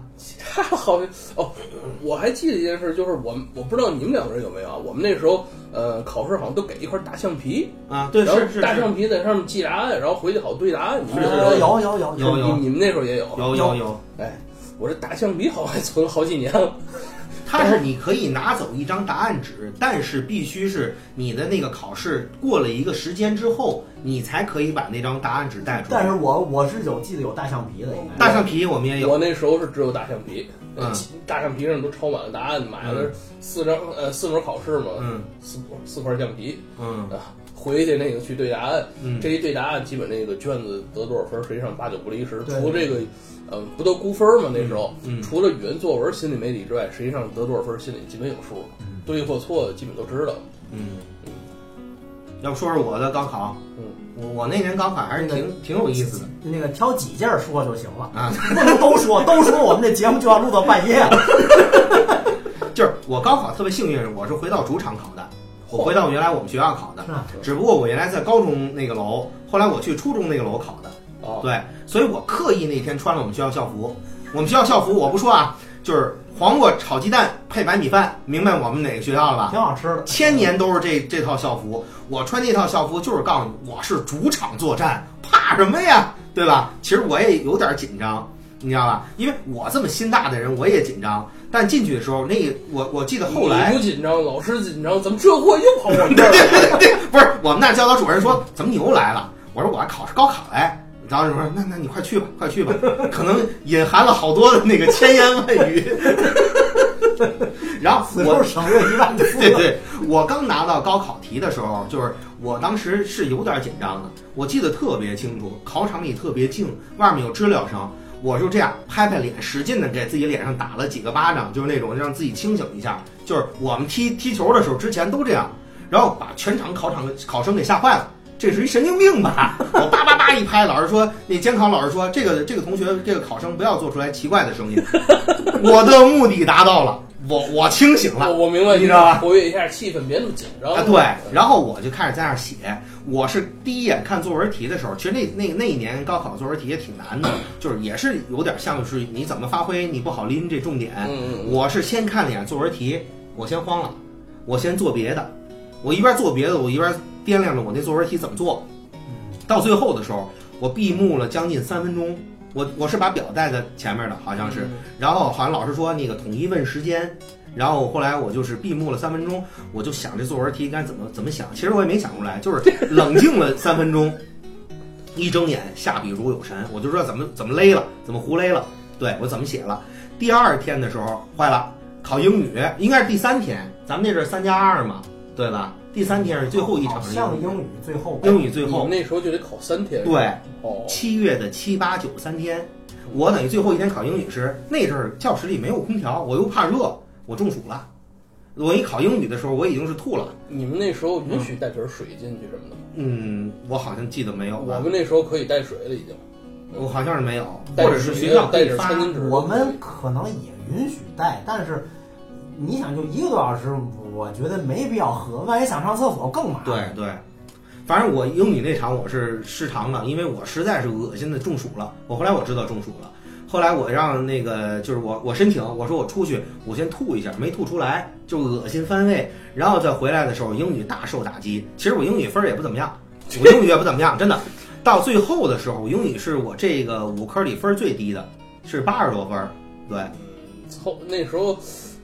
Speaker 5: 好像哦，我还记得一件事，就是我们我不知道你们两个人有没有啊？我们那时候呃考试好像都给一块大橡皮，
Speaker 3: 啊，对，
Speaker 5: 然后
Speaker 3: 是是
Speaker 5: 大
Speaker 3: 是
Speaker 5: 橡皮在上面记答案，然后回去好对答案。你们那时候
Speaker 4: 有有有
Speaker 3: 有
Speaker 4: 有
Speaker 3: 有
Speaker 5: 你你们那时候也有？
Speaker 3: 有有有，
Speaker 5: 哎，我这大橡皮好像还存了好几年了。
Speaker 3: 它是你可以拿走一张答案纸，但是必须是你的那个考试过了一个时间之后，你才可以把那张答案纸带出来。
Speaker 4: 但是我我是有记得有大橡皮的，应该
Speaker 3: 大橡皮我们也
Speaker 5: 我
Speaker 3: 有，
Speaker 5: 那时候是只有大橡皮，
Speaker 3: 哎嗯
Speaker 5: 大橡皮上都抄满了答案，买了四张呃四门考试嘛，
Speaker 3: 嗯
Speaker 5: 四四块橡皮，
Speaker 3: 嗯
Speaker 5: 啊，回去那个去对答案，
Speaker 3: 嗯
Speaker 5: 这一对答案基本那个卷子得多少分，实际上八九不离十。
Speaker 4: 对
Speaker 5: 除这个，嗯，不都估分吗？那时候，
Speaker 3: 嗯
Speaker 5: 除了语文作文心里没底之外，实际上得多少分心里基本有数，对或错基本都知道。
Speaker 3: 嗯。要不说说我的高考，
Speaker 5: 嗯，
Speaker 3: 我我那年高考还是挺挺有意思的。
Speaker 4: 那个挑几件说就行了
Speaker 3: 啊，
Speaker 4: 不能都说，都说我们这节目就要录到半夜了。
Speaker 3: 就是我高考特别幸运，我是回到主场考的，我回到原来我们学校考的
Speaker 4: 是啊。
Speaker 3: 只不过我原来在高中那个楼，后来我去初中那个楼考的。
Speaker 5: 哦，
Speaker 3: 对，所以我刻意那天穿了我们学校校服。我们学校校服我不说啊，就是黄瓜炒鸡蛋配白米饭，明白我们哪个学校了吧？
Speaker 4: 挺好吃的，
Speaker 3: 千 年都是这这套校服，我穿这套校服就是告诉你，我是主场作战，怕什么呀？对吧？其实我也有点紧张，你知道吧？因为我这么心大的人，我也紧张。但进去的时候，那个我我记得后来
Speaker 5: 你不紧张，老师紧张，怎么这货又跑我们这儿
Speaker 3: 对
Speaker 5: 了？
Speaker 3: 对对，不是我们那教导主任说怎么你又来了？我说我还考上高考来，然后就说：“那那你快去吧，快去吧。”可能隐含了好多的那个千言万语。 然后
Speaker 4: 此
Speaker 3: 我
Speaker 4: 处省略一万字。
Speaker 3: 对对，我刚拿到高考题的时候，就是我当时是有点紧张的，我记得特别清楚，考场里特别静，外面有知了声，我就这样拍拍脸，使劲的给自己脸上打了几个巴掌，就是那种让自己清醒一下。就是我们踢踢球的时候之前都这样，然后把全场考场考生给吓坏了。这是一神经病吧？ 我叭叭叭一拍，老师说，那监考老师说，这个这个同学这个考生不要做出来奇怪的声音。 我的目的达到了，我我清醒了
Speaker 5: 我，我明白，
Speaker 3: 你知道吧
Speaker 5: 活跃一下气氛，别那么紧张。
Speaker 3: 啊，对，然后我就开始在那儿写。我是第一眼看作文题的时候，其实那那那一年高考作文题也挺难的，就是也是有点像是你怎么发挥，你不好拎这重点。
Speaker 5: 嗯嗯嗯
Speaker 3: 我是先看了一眼作文题，我先慌了，我先做别的，我一边做别的，我一边掂量着我那作文题怎么做。到最后的时候，我闭目了将近三分钟，我我是把表带在前面的，好像
Speaker 4: 嗯
Speaker 3: 是，然后好像老师说那个统一问时间，然后后来我就是闭目了三分钟，我就想这作文题应该怎么怎么想，其实我也没想出来，就是 冷静了三分钟，一睁眼下笔如有神，我就知道怎么怎么勒了，怎么胡勒了，对我怎么写了。第二天的时候坏了，考英语应该是第三天，咱们那阵三加二嘛，对吧？第三天是最后一场
Speaker 4: 好
Speaker 3: 是
Speaker 4: 像
Speaker 3: 英
Speaker 4: 英
Speaker 3: 语，
Speaker 4: 语最后
Speaker 3: 英语最
Speaker 5: 你
Speaker 3: 后
Speaker 5: 们那时候就得考三天。
Speaker 3: 对。
Speaker 5: 哦，
Speaker 3: 七月的七八九三天，我等于最后一天考英语时，那阵儿教室里没有空调，我又怕热，我中暑了。我一考英语的时候，我已经是吐了。
Speaker 5: 你们那时候允许带瓶水进去什么的吗？
Speaker 3: 嗯，我好像记得没有吧，
Speaker 5: 我们那时候可以带水了，已经。
Speaker 3: 我好像是没有，
Speaker 5: 带
Speaker 3: 或
Speaker 5: 着
Speaker 3: 者是
Speaker 5: 纸
Speaker 3: 学校
Speaker 5: 带
Speaker 3: 给
Speaker 5: 着
Speaker 3: 发
Speaker 5: 餐巾纸。
Speaker 4: 我们可能也允许带，但是你想就一个多小时，我觉得没必要喝。万一想上厕所更麻烦。
Speaker 3: 对对，反正我英语那场我是失常了，因为我实在是恶心的中暑了。我后来我知道中暑了，后来我让那个就是我我申请，我说我出去我先吐一下，没吐出来就恶心翻胃，然后再回来的时候英语大受打击。其实我英语分儿也不怎么样，我英语也不怎么样，真的。到最后的时候，我英语是我这个五科里分儿最低的，是八十多分儿。对，
Speaker 5: 后那时候，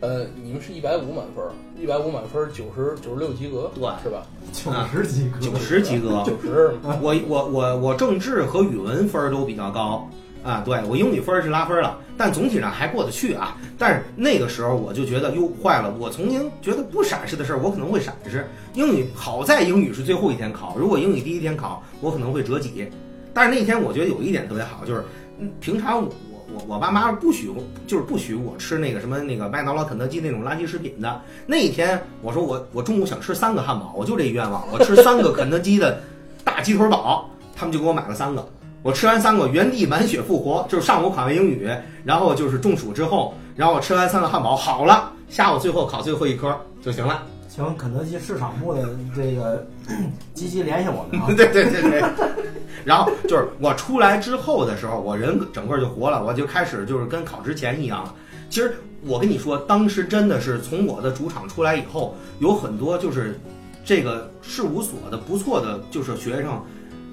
Speaker 5: 呃，你们是一百五满分儿，一百五满分儿，九十九十六及格，
Speaker 3: 对
Speaker 5: 是吧？
Speaker 4: 九十几个，
Speaker 3: 啊九十 及格，
Speaker 5: 九十，
Speaker 3: 我我我我政治和语文分儿都比较高啊，对我英语分儿是拉分儿了，但总体上还过得去啊。但是那个时候我就觉得哟坏了，我曾经觉得不闪失的事儿，我可能会闪失。英语好在英语是最后一天考，如果英语第一天考，我可能会折戟。但是那天我觉得有一点特别好，就是嗯平常我我我爸妈不许我就是不许我吃那个什么那个麦当劳、肯德基那种垃圾食品的。那一天我说我我中午想吃三个汉堡，我就这愿望，我吃三个肯德基的大鸡腿堡，他们就给我买了三个。我吃完三个，原地满血复活，就是上午考完英语，然后就是中暑之后，然后我吃完三个汉堡好了，下午最后考最后一科就行了。。
Speaker 4: 请肯德基市场部的这个 积极联系我们啊
Speaker 3: 对 对对对。然后就是我出来之后的时候，我人整个就活了，我就开始就是跟考之前一样了。其实我跟你说，当时真的是从我的主场出来以后，有很多就是这个事务所的不错的就是学生，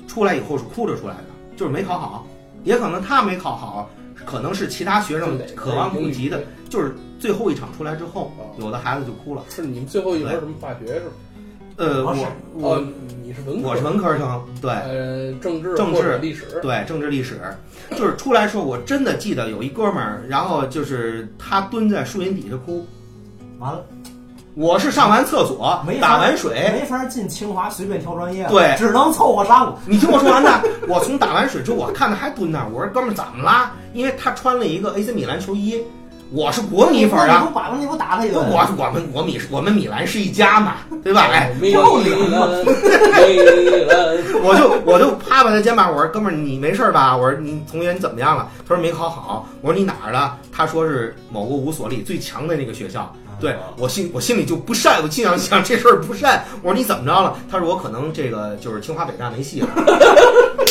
Speaker 3: 出来以后是哭着出来的，就是没考好，也可能他没考好，可能是其他学生渴望不及的，就是最后一场出来之后，有的孩子就哭了。
Speaker 5: 是你们最后一门什么化学是吧？
Speaker 3: 呃，我
Speaker 5: 哦
Speaker 3: 我，
Speaker 5: 你是文科，
Speaker 3: 我是文科生，对。
Speaker 5: 呃，政治、
Speaker 3: 政治
Speaker 5: 或者历史，
Speaker 3: 对政治历史，就是出来时候，我真的记得有一哥们儿，然后就是他蹲在树荫底下哭。
Speaker 4: 完了，
Speaker 3: 我是上完厕所
Speaker 4: 没，法
Speaker 3: 打完水，
Speaker 4: 没法进清华随便挑专业了，
Speaker 3: 对
Speaker 4: 只能凑合上。
Speaker 3: 你听我说完呢。我从打完水之后，我看他还蹲那儿，我说哥们儿怎么啦？因为他穿了一个 AC 米兰球衣，我是国米粉儿
Speaker 4: 你
Speaker 3: 啊，
Speaker 4: 不把你不哦打他一
Speaker 3: 我
Speaker 4: 顿？
Speaker 3: 我们我米我们米兰是一家嘛，对吧？哎，
Speaker 5: 米
Speaker 4: 又
Speaker 5: 兰，米兰，
Speaker 3: 我就我就拍拍他肩膀，我说哥们儿你没事吧？我说你同学你怎么样了？他说没考好。我说你哪儿的？他说是某个五所里最强的那个学校。
Speaker 4: 啊
Speaker 3: 对我心我心里就不善，我心想想这事儿不善。我说你怎么着了？他说我可能这个就是清华北大没戏了，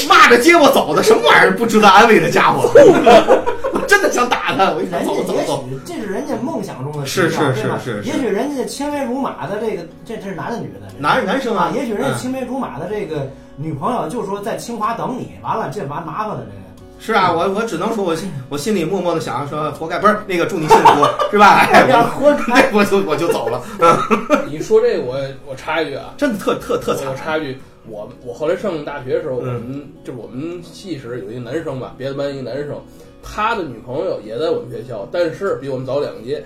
Speaker 3: 骂着接我走的，什么玩意儿不值得安慰的家伙， 我真的想打他，我一
Speaker 4: 人家
Speaker 3: 走走
Speaker 4: 也
Speaker 3: 走。
Speaker 4: 许这是人家梦想中的
Speaker 3: 是
Speaker 4: 学校
Speaker 3: 是
Speaker 4: 对吧
Speaker 3: 是是是
Speaker 4: 也许人家青梅竹马的这个，这这是男的女的？
Speaker 3: 男男生
Speaker 4: 啊
Speaker 3: 啊，，
Speaker 4: 也许人家
Speaker 3: 嗯
Speaker 4: 青梅竹马的这个女朋友就说在清华等你，完了这完麻烦了，这个
Speaker 3: 是啊，我我只能说我心我心里默默的想说，活该不是那个祝你幸 福是吧？哎，
Speaker 4: 要
Speaker 3: 我
Speaker 4: 活该。
Speaker 3: 我就我就走了，
Speaker 5: 你说这个我我插一句啊，
Speaker 3: 真的特特特
Speaker 5: 我
Speaker 3: 惨。
Speaker 5: 插一句，我我后来上大学的时候，我
Speaker 3: 嗯
Speaker 5: 们就是我们系时有一个男生吧，别的班一个男生，他的女朋友也在我们学校，但是比我们早两届。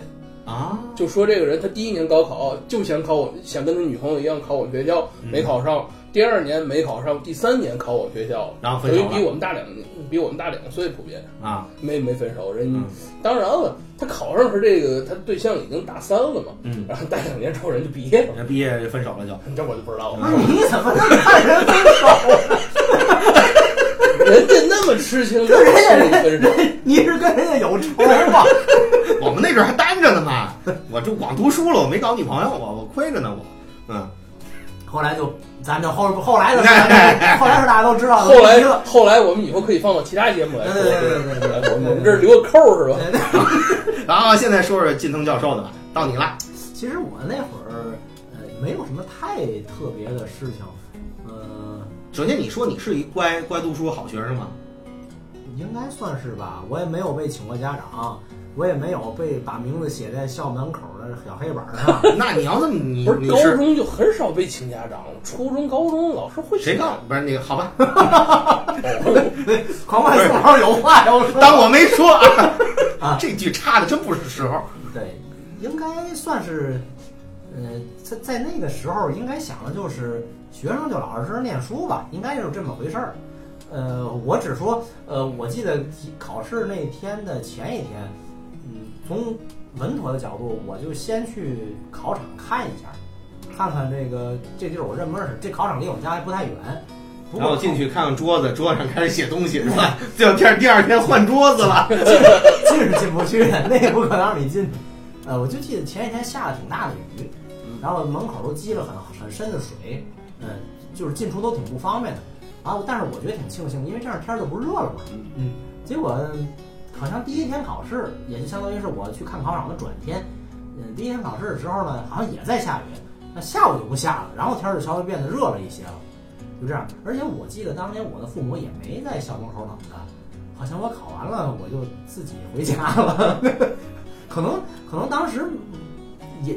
Speaker 3: 啊！
Speaker 5: 就说这个人，他第一年高考就想考我，想跟他女朋友一样考我们学校，没考上。第二年没考上，第三年考我们学校，
Speaker 3: 然后分
Speaker 5: 等于
Speaker 3: 手了
Speaker 5: 比我们大两，比我们大两岁，普遍
Speaker 3: 啊，
Speaker 5: 没没分手。人、
Speaker 3: 嗯
Speaker 5: 当然了，他考上是这个，他对象已经大三了嘛，
Speaker 3: 嗯，
Speaker 5: 然后大两年之后人就毕业了，
Speaker 3: 人毕业就分手了就，
Speaker 5: 这我就不知道了。
Speaker 4: 那你怎么那么看人分手？
Speaker 5: 人家那么痴情，那么轻易分手，
Speaker 4: 你是跟人家有
Speaker 3: 哎
Speaker 4: 仇啊吧？
Speaker 3: 我们那阵儿还单着呢嘛，我就光读书了，我没搞女朋友，我我亏着呢我，嗯，
Speaker 4: 后来就，咱就后后来的事儿，
Speaker 3: 哎
Speaker 4: 咱就后来是大家都知道的。
Speaker 5: 后来
Speaker 4: 一个
Speaker 5: 后来我们以后可以放到其他节目来说，哎
Speaker 4: 对对对对对对
Speaker 5: 我们这儿留个扣儿是吧？
Speaker 3: 然后现在说说近藤教授的吧，到你了，
Speaker 4: 其实我那会儿呃没有什么太特别的事情，呃，
Speaker 3: 首先你说你是一乖乖读书好学生吗？
Speaker 4: 应该算是吧。我也没有被请过家长，我也没有被把名字写在校门口的小黑板上。
Speaker 3: 那你要这么你
Speaker 5: 不是
Speaker 3: 你
Speaker 5: 高
Speaker 3: 是
Speaker 5: 中就很少被请家长，初中、高中老师会请
Speaker 3: 谁告？不是那 个好吧？
Speaker 4: 狂欢送猴有话要说。
Speaker 3: 当我没说啊
Speaker 4: 啊，
Speaker 3: 这句插的真不是时候。
Speaker 4: 对，应该算是，呃，在在那个时候应该想的就是学生就老老实实念书吧，应该就是这么回事儿。呃，我只说，呃，我记得考试那天的前一天，嗯，从稳妥的角度，我就先去考场看一下，看看这个这地儿我认不认识，这考场离我们家还不太远。不
Speaker 3: 然后
Speaker 4: 过
Speaker 3: 进去看看桌子，桌上开始写东西是 吧？就第二第二天换桌子了。
Speaker 4: 进是进不去，那也不可能让你进。呃，我就记得前一天下了挺大的雨，然后门口都积了很很深的水，嗯，就是进出都挺不方便的。啊，但是我觉得挺庆幸，因为这样天儿就不热了嘛。嗯，结果好像第一天考试，也就相当于是我去看考场的转天。嗯，第一天考试的时候呢，好像也在下雨，那下午就不下了，然后天儿就稍微变得热了一些了，就这样。而且我记得当年我的父母也没在校门口等着，好像我考完了，我就自己回家了。可能可能当时也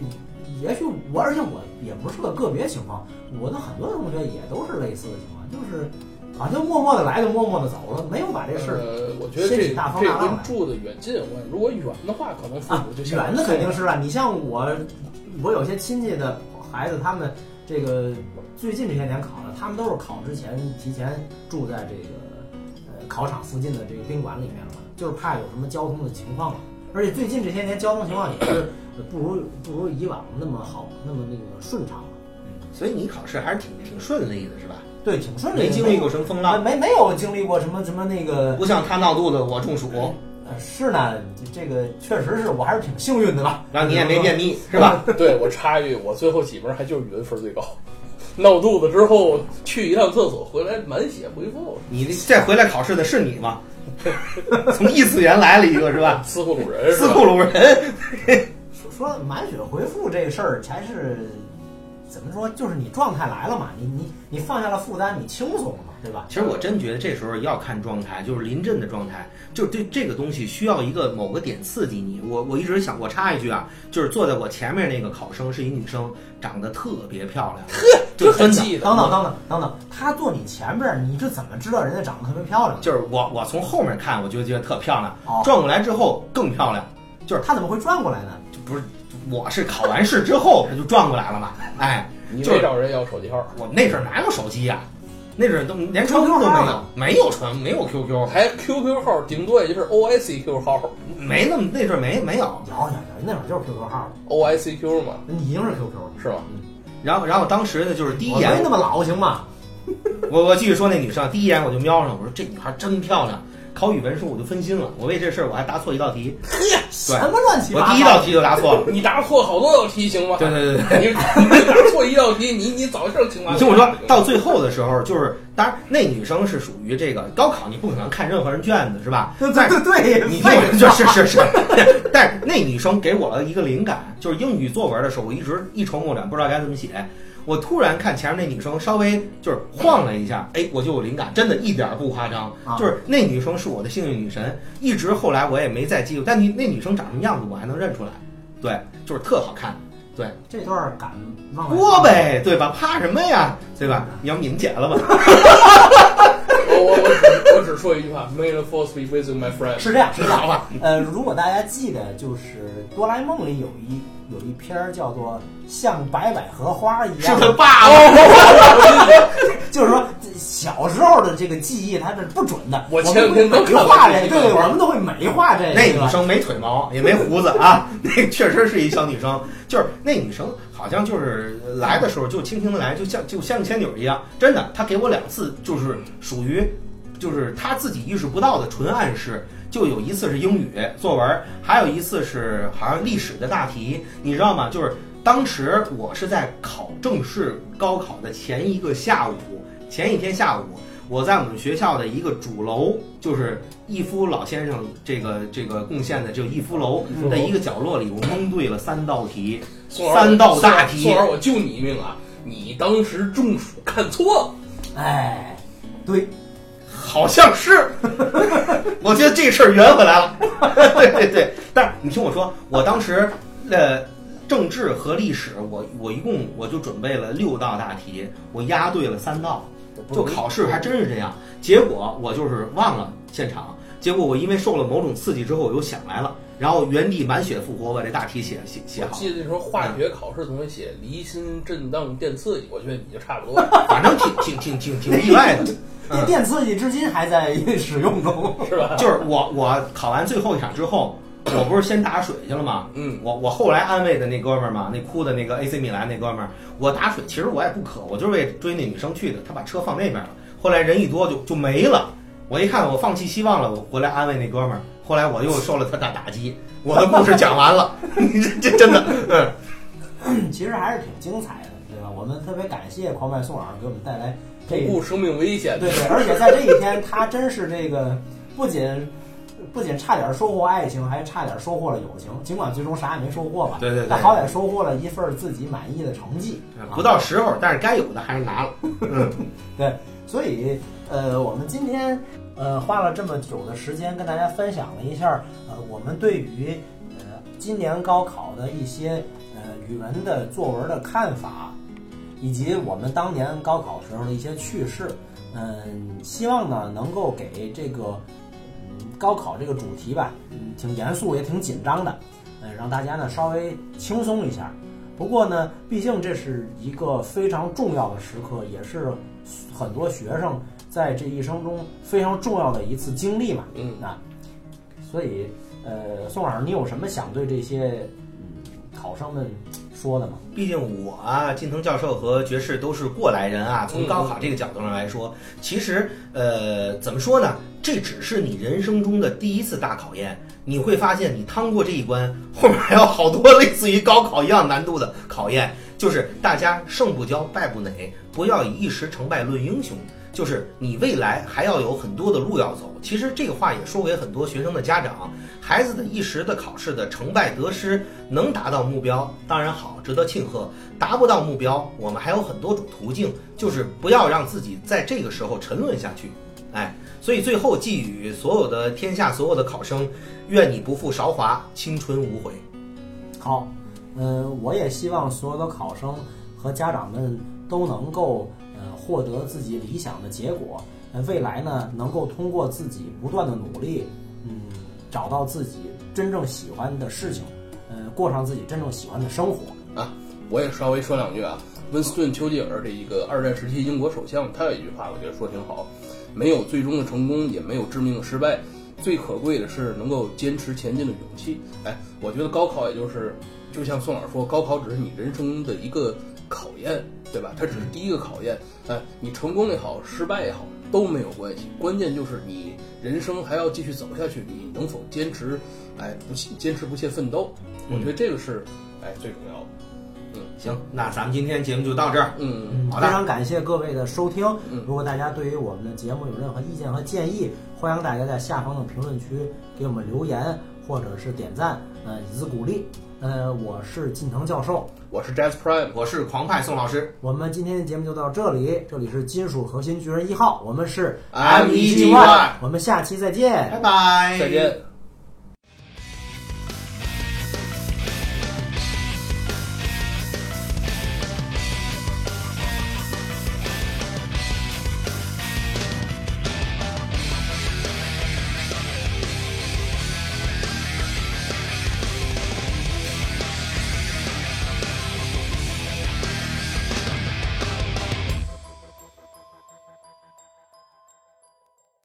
Speaker 4: 也许我，而且我也不是个个别情况，我的很多同学也都是类似的情况，就是好像默默的来就默默的走了，没有把这事儿。
Speaker 5: 呃，我觉得这
Speaker 4: 申请大风
Speaker 5: 这
Speaker 4: 大浪
Speaker 5: 跟
Speaker 4: 来
Speaker 5: 住的远近有关。如果远的话，可能父
Speaker 4: 啊
Speaker 5: 母就，想
Speaker 4: 远的肯定是啊。你像我，我有些亲戚的孩子，他们这个最近这些年考的，他们都是考之前提前住在这个呃考场附近的这个宾馆里面了嘛，就是怕有什么交通的情况嘛。而且最近这些年交通情况也是不如不如以往那么好，那么那个顺畅了。
Speaker 3: 所以你考试还是挺挺顺利的，是吧？
Speaker 4: 对，挺顺利的，
Speaker 3: 没经历过什么风浪，
Speaker 4: 没没有经历过什么什么那个
Speaker 3: 不像他闹肚子，我中暑，
Speaker 4: 呃是呢，这个确实是我还是挺幸运的吧。
Speaker 3: 然后你也没便秘，是吧？
Speaker 5: 对我插一句，我最后几门还就是语文分最高，闹肚子之后去一趟厕所，回来满血回复，
Speaker 3: 你这回来考试的是你吗？ 从异次元来了一个是 吧？
Speaker 5: 斯库鲁人是
Speaker 3: 斯
Speaker 5: 吧
Speaker 3: 库鲁人，
Speaker 4: 说说满血回复这个事儿才是怎么说？就是你状态来了嘛，你你你放下了负担，你轻松了嘛，对吧？
Speaker 3: 其实我真觉得这时候要看状态，就是临阵的状态，就是对这个东西需要一个某个点刺激你。我我一直想，我插一句啊，就是坐在我前面那个考生是一女生，长得特别漂亮，呵，就
Speaker 5: 这很
Speaker 3: 真的。
Speaker 5: 记得。
Speaker 4: 等等等等等等，他坐你前边儿，你是怎么知道人家长得特别漂亮？
Speaker 3: 就是我我从后面看，我就觉得特漂亮，
Speaker 4: 哦
Speaker 3: 转过来之后更漂亮。
Speaker 4: 就是他怎么会转过来呢？
Speaker 3: 就不是，我是考完试之 后他就转过来了嘛。哎，
Speaker 5: 你
Speaker 3: 就是
Speaker 5: 得找人要手机号，
Speaker 3: 我们那阵儿哪有手机呀、那阵儿都连 QQ 都没有，没有传，没有 QQ，
Speaker 5: 还 QQ 号，顶多也就是 OICQ 号
Speaker 3: 没那么那阵儿没没有。
Speaker 4: 有有有，那会儿就是 QQ 号，
Speaker 5: ，OICQ E 嘛，
Speaker 4: 你已经是 QQ 了。
Speaker 5: 是吧？
Speaker 3: 然后然后当时呢，就是第一
Speaker 4: 我
Speaker 3: 眼
Speaker 4: 没那么老行吗？
Speaker 3: 我我继续说那女生，第一眼我就瞄上，我说这女孩真漂亮。考语文时候我就分心了，我为这事儿我还答错一道题，
Speaker 4: 什么乱七
Speaker 3: 我
Speaker 4: 八糟？
Speaker 3: 第一道题就答错了。
Speaker 5: 你答错好多道题行吗？
Speaker 3: 对对对对。
Speaker 5: 你你答错一道题，你你早上清华。
Speaker 3: 你听我说，到最后的时候，就是当然，那女生是属于这个高考，你不可能看任何人卷子是吧？
Speaker 4: 对
Speaker 3: 但
Speaker 4: 对对，
Speaker 3: 你就
Speaker 4: 废话
Speaker 3: 就是是是，但是那 女生给我了一个灵感，就是英语作文的时候，我一直一筹莫展，不知道该怎么写。我突然看前面那女生稍微就是晃了一下，哎，我就有灵感，真的一点儿不夸张
Speaker 4: 嗯啊，
Speaker 3: 就是那女生是我的幸运女神，一直后来我也没再记住，但你那女生长什么样子我还能认出来，对，就是特好看，对，
Speaker 4: 这段敢往外
Speaker 3: 播呗，对吧？怕什么呀，对吧？你要敏感了吧？
Speaker 5: 我我我只我只说一句话：May the force be with you, my friend。
Speaker 4: 是这样，是这样吧？呃，如果大家记得，就是《哆啦 A 梦》里有一有一篇儿叫做《像白百合花一
Speaker 3: 是
Speaker 4: 样》
Speaker 3: 他，爸爸。
Speaker 4: 就是说小时候的这个记忆它是不准的。
Speaker 5: 我
Speaker 4: 我
Speaker 5: 前两天
Speaker 4: 们
Speaker 5: 刚
Speaker 4: 美化
Speaker 5: 看了
Speaker 4: 这
Speaker 5: 这
Speaker 4: 个，
Speaker 5: 个
Speaker 4: 对，我们都会美化这个。
Speaker 3: 那女生没腿毛，也没胡子啊，那确实是一小女生。就是那女生好像就是来的时候就轻轻的来，就像就像仙女一样。真的，她给我两次就是属于就是她自己意识不到的纯暗示。就有一次是英语作文，还有一次是好像历史的大题，你知道吗？就是当时我是在考正式高考的前一个下午，前一天下午，我在我们学校的一个主楼，就是逸夫老先生这个这个贡献的这个逸夫楼的一个角落里，我蒙对了三道题，
Speaker 5: 宋老师
Speaker 3: 三道大题
Speaker 5: 宋老师，我救你一命啊！你当时中暑看错了，
Speaker 4: 哎，对，
Speaker 3: 好像是，我觉得这事儿圆回来了。对对对，但是你听我说，我当时呃，政治和历史，我我一共我就准备了六道大题，我押对了三道。就考试还真是这样。结果我就是忘了现场，结果我因为受了某种刺激之后，我又想来了，然后原地满血复活，把这大题写写写
Speaker 5: 我
Speaker 3: 好。
Speaker 5: 记得那时候化学考试总会写离心震荡电刺激，我觉得你就差不多了，
Speaker 3: 反正挺挺挺挺挺意外的，
Speaker 4: 那电刺激至今还在 使用中。
Speaker 5: 是吧？
Speaker 3: 就是我我考完最后一场之后，我不是先打水去了吗？
Speaker 5: 嗯，
Speaker 3: 我我后来安慰的那哥们儿嘛，那哭的那个 AC 米兰那哥们儿，我打水其实我也不渴，我就是为追那女生去的。他把车放那边了，后来人一多就就没了。我一看我放弃希望了，我回来安慰那哥们儿，后来我又受了他的打击。我的故事讲完了， 你这这真的，嗯，
Speaker 4: 其实还是挺精彩的，对吧？我们特别感谢狂派宋老师给我们带来这
Speaker 5: 不顾生命危险，
Speaker 4: 对对，而且在这一天，他真是这个不仅不仅差点收获爱情，还差点收获了友情。尽管最终啥也没收获吧，
Speaker 3: 对对对
Speaker 4: 但好歹收获了一份自己满意的成绩。啊
Speaker 3: 不到时候，但是该有的还是拿了。
Speaker 4: 对，所以呃，我们今天呃花了这么久的时间跟大家分享了一下儿，呃，我们对于呃今年高考的一些呃语文的作文的看法，以及我们当年高考时候的一些趣事。嗯，希望呢能够给这个嗯高考这个主题吧，嗯，挺严肃也挺紧张的，嗯，让大家呢稍微轻松一下。不过呢，毕竟这是一个非常重要的时刻，也是很多学生在这一生中非常重要的一次经历嘛。
Speaker 5: 嗯
Speaker 4: 啊，所以呃，宋老师，你有什么想对这些嗯考生们说的吗？
Speaker 3: 毕竟我啊，近藤教授和爵士都是过来人啊，从高考这个角度上来说，其实呃，怎么说呢？这只是你人生中的第一次大考验，你会发现你趟过这一关，后面还有好多类似于高考一样难度的考验。就是大家胜不骄，败不馁，不要以一时成败论英雄。就是你未来还要有很多的路要走。其实这个话也说给很多学生的家长，孩子的一时的考试的成败得失，能达到目标当然好，值得庆贺；达不到目标，我们还有很多种途径，就是不要让自己在这个时候沉沦下去。哎，所以最后寄语所有的天下所有的考生，愿你不负韶华，青春无悔。
Speaker 4: 好，嗯，我也希望所有的考生和家长们都能够呃获得自己理想的结果，呃未来呢能够通过自己不断的努力，嗯，找到自己真正喜欢的事情，呃，过上自己真正喜欢的生活。
Speaker 5: 啊，我也稍微说两句啊。温斯顿·丘吉尔这一个二战时期英国首相，他有一句话，我觉得说挺好：没有最终的成功，也没有致命的失败，最可贵的是能够坚持前进的勇气。哎，我觉得高考也就是，就像宋老师说，高考只是你人生的一个考验，对吧？它只是第一个考验。哎，你成功也好，失败也好，都没有关系，关键就是你人生还要继续走下去，你能否坚持，哎，不懈坚持不懈奋斗？我觉得这个是哎最重要的。嗯，
Speaker 3: 行，那咱们今天节目就到这儿。
Speaker 5: 嗯，
Speaker 4: 嗯
Speaker 3: 好
Speaker 4: 非
Speaker 3: 的
Speaker 4: 常感谢各位的收听
Speaker 5: 嗯。
Speaker 4: 如果大家对于我们的节目有任何意见和建议，欢迎大家在下方的评论区给我们留言或者是点赞，呃，以资鼓励。呃，我是近藤教授，
Speaker 5: 我是 Jazz Prime，
Speaker 3: 我是狂派宋老师
Speaker 4: 我们今天的节目就到这里，这里是金属核心巨人一号，我们是 E
Speaker 3: M1G1
Speaker 4: 我们下期再见，
Speaker 3: 哎拜拜，
Speaker 5: 再见。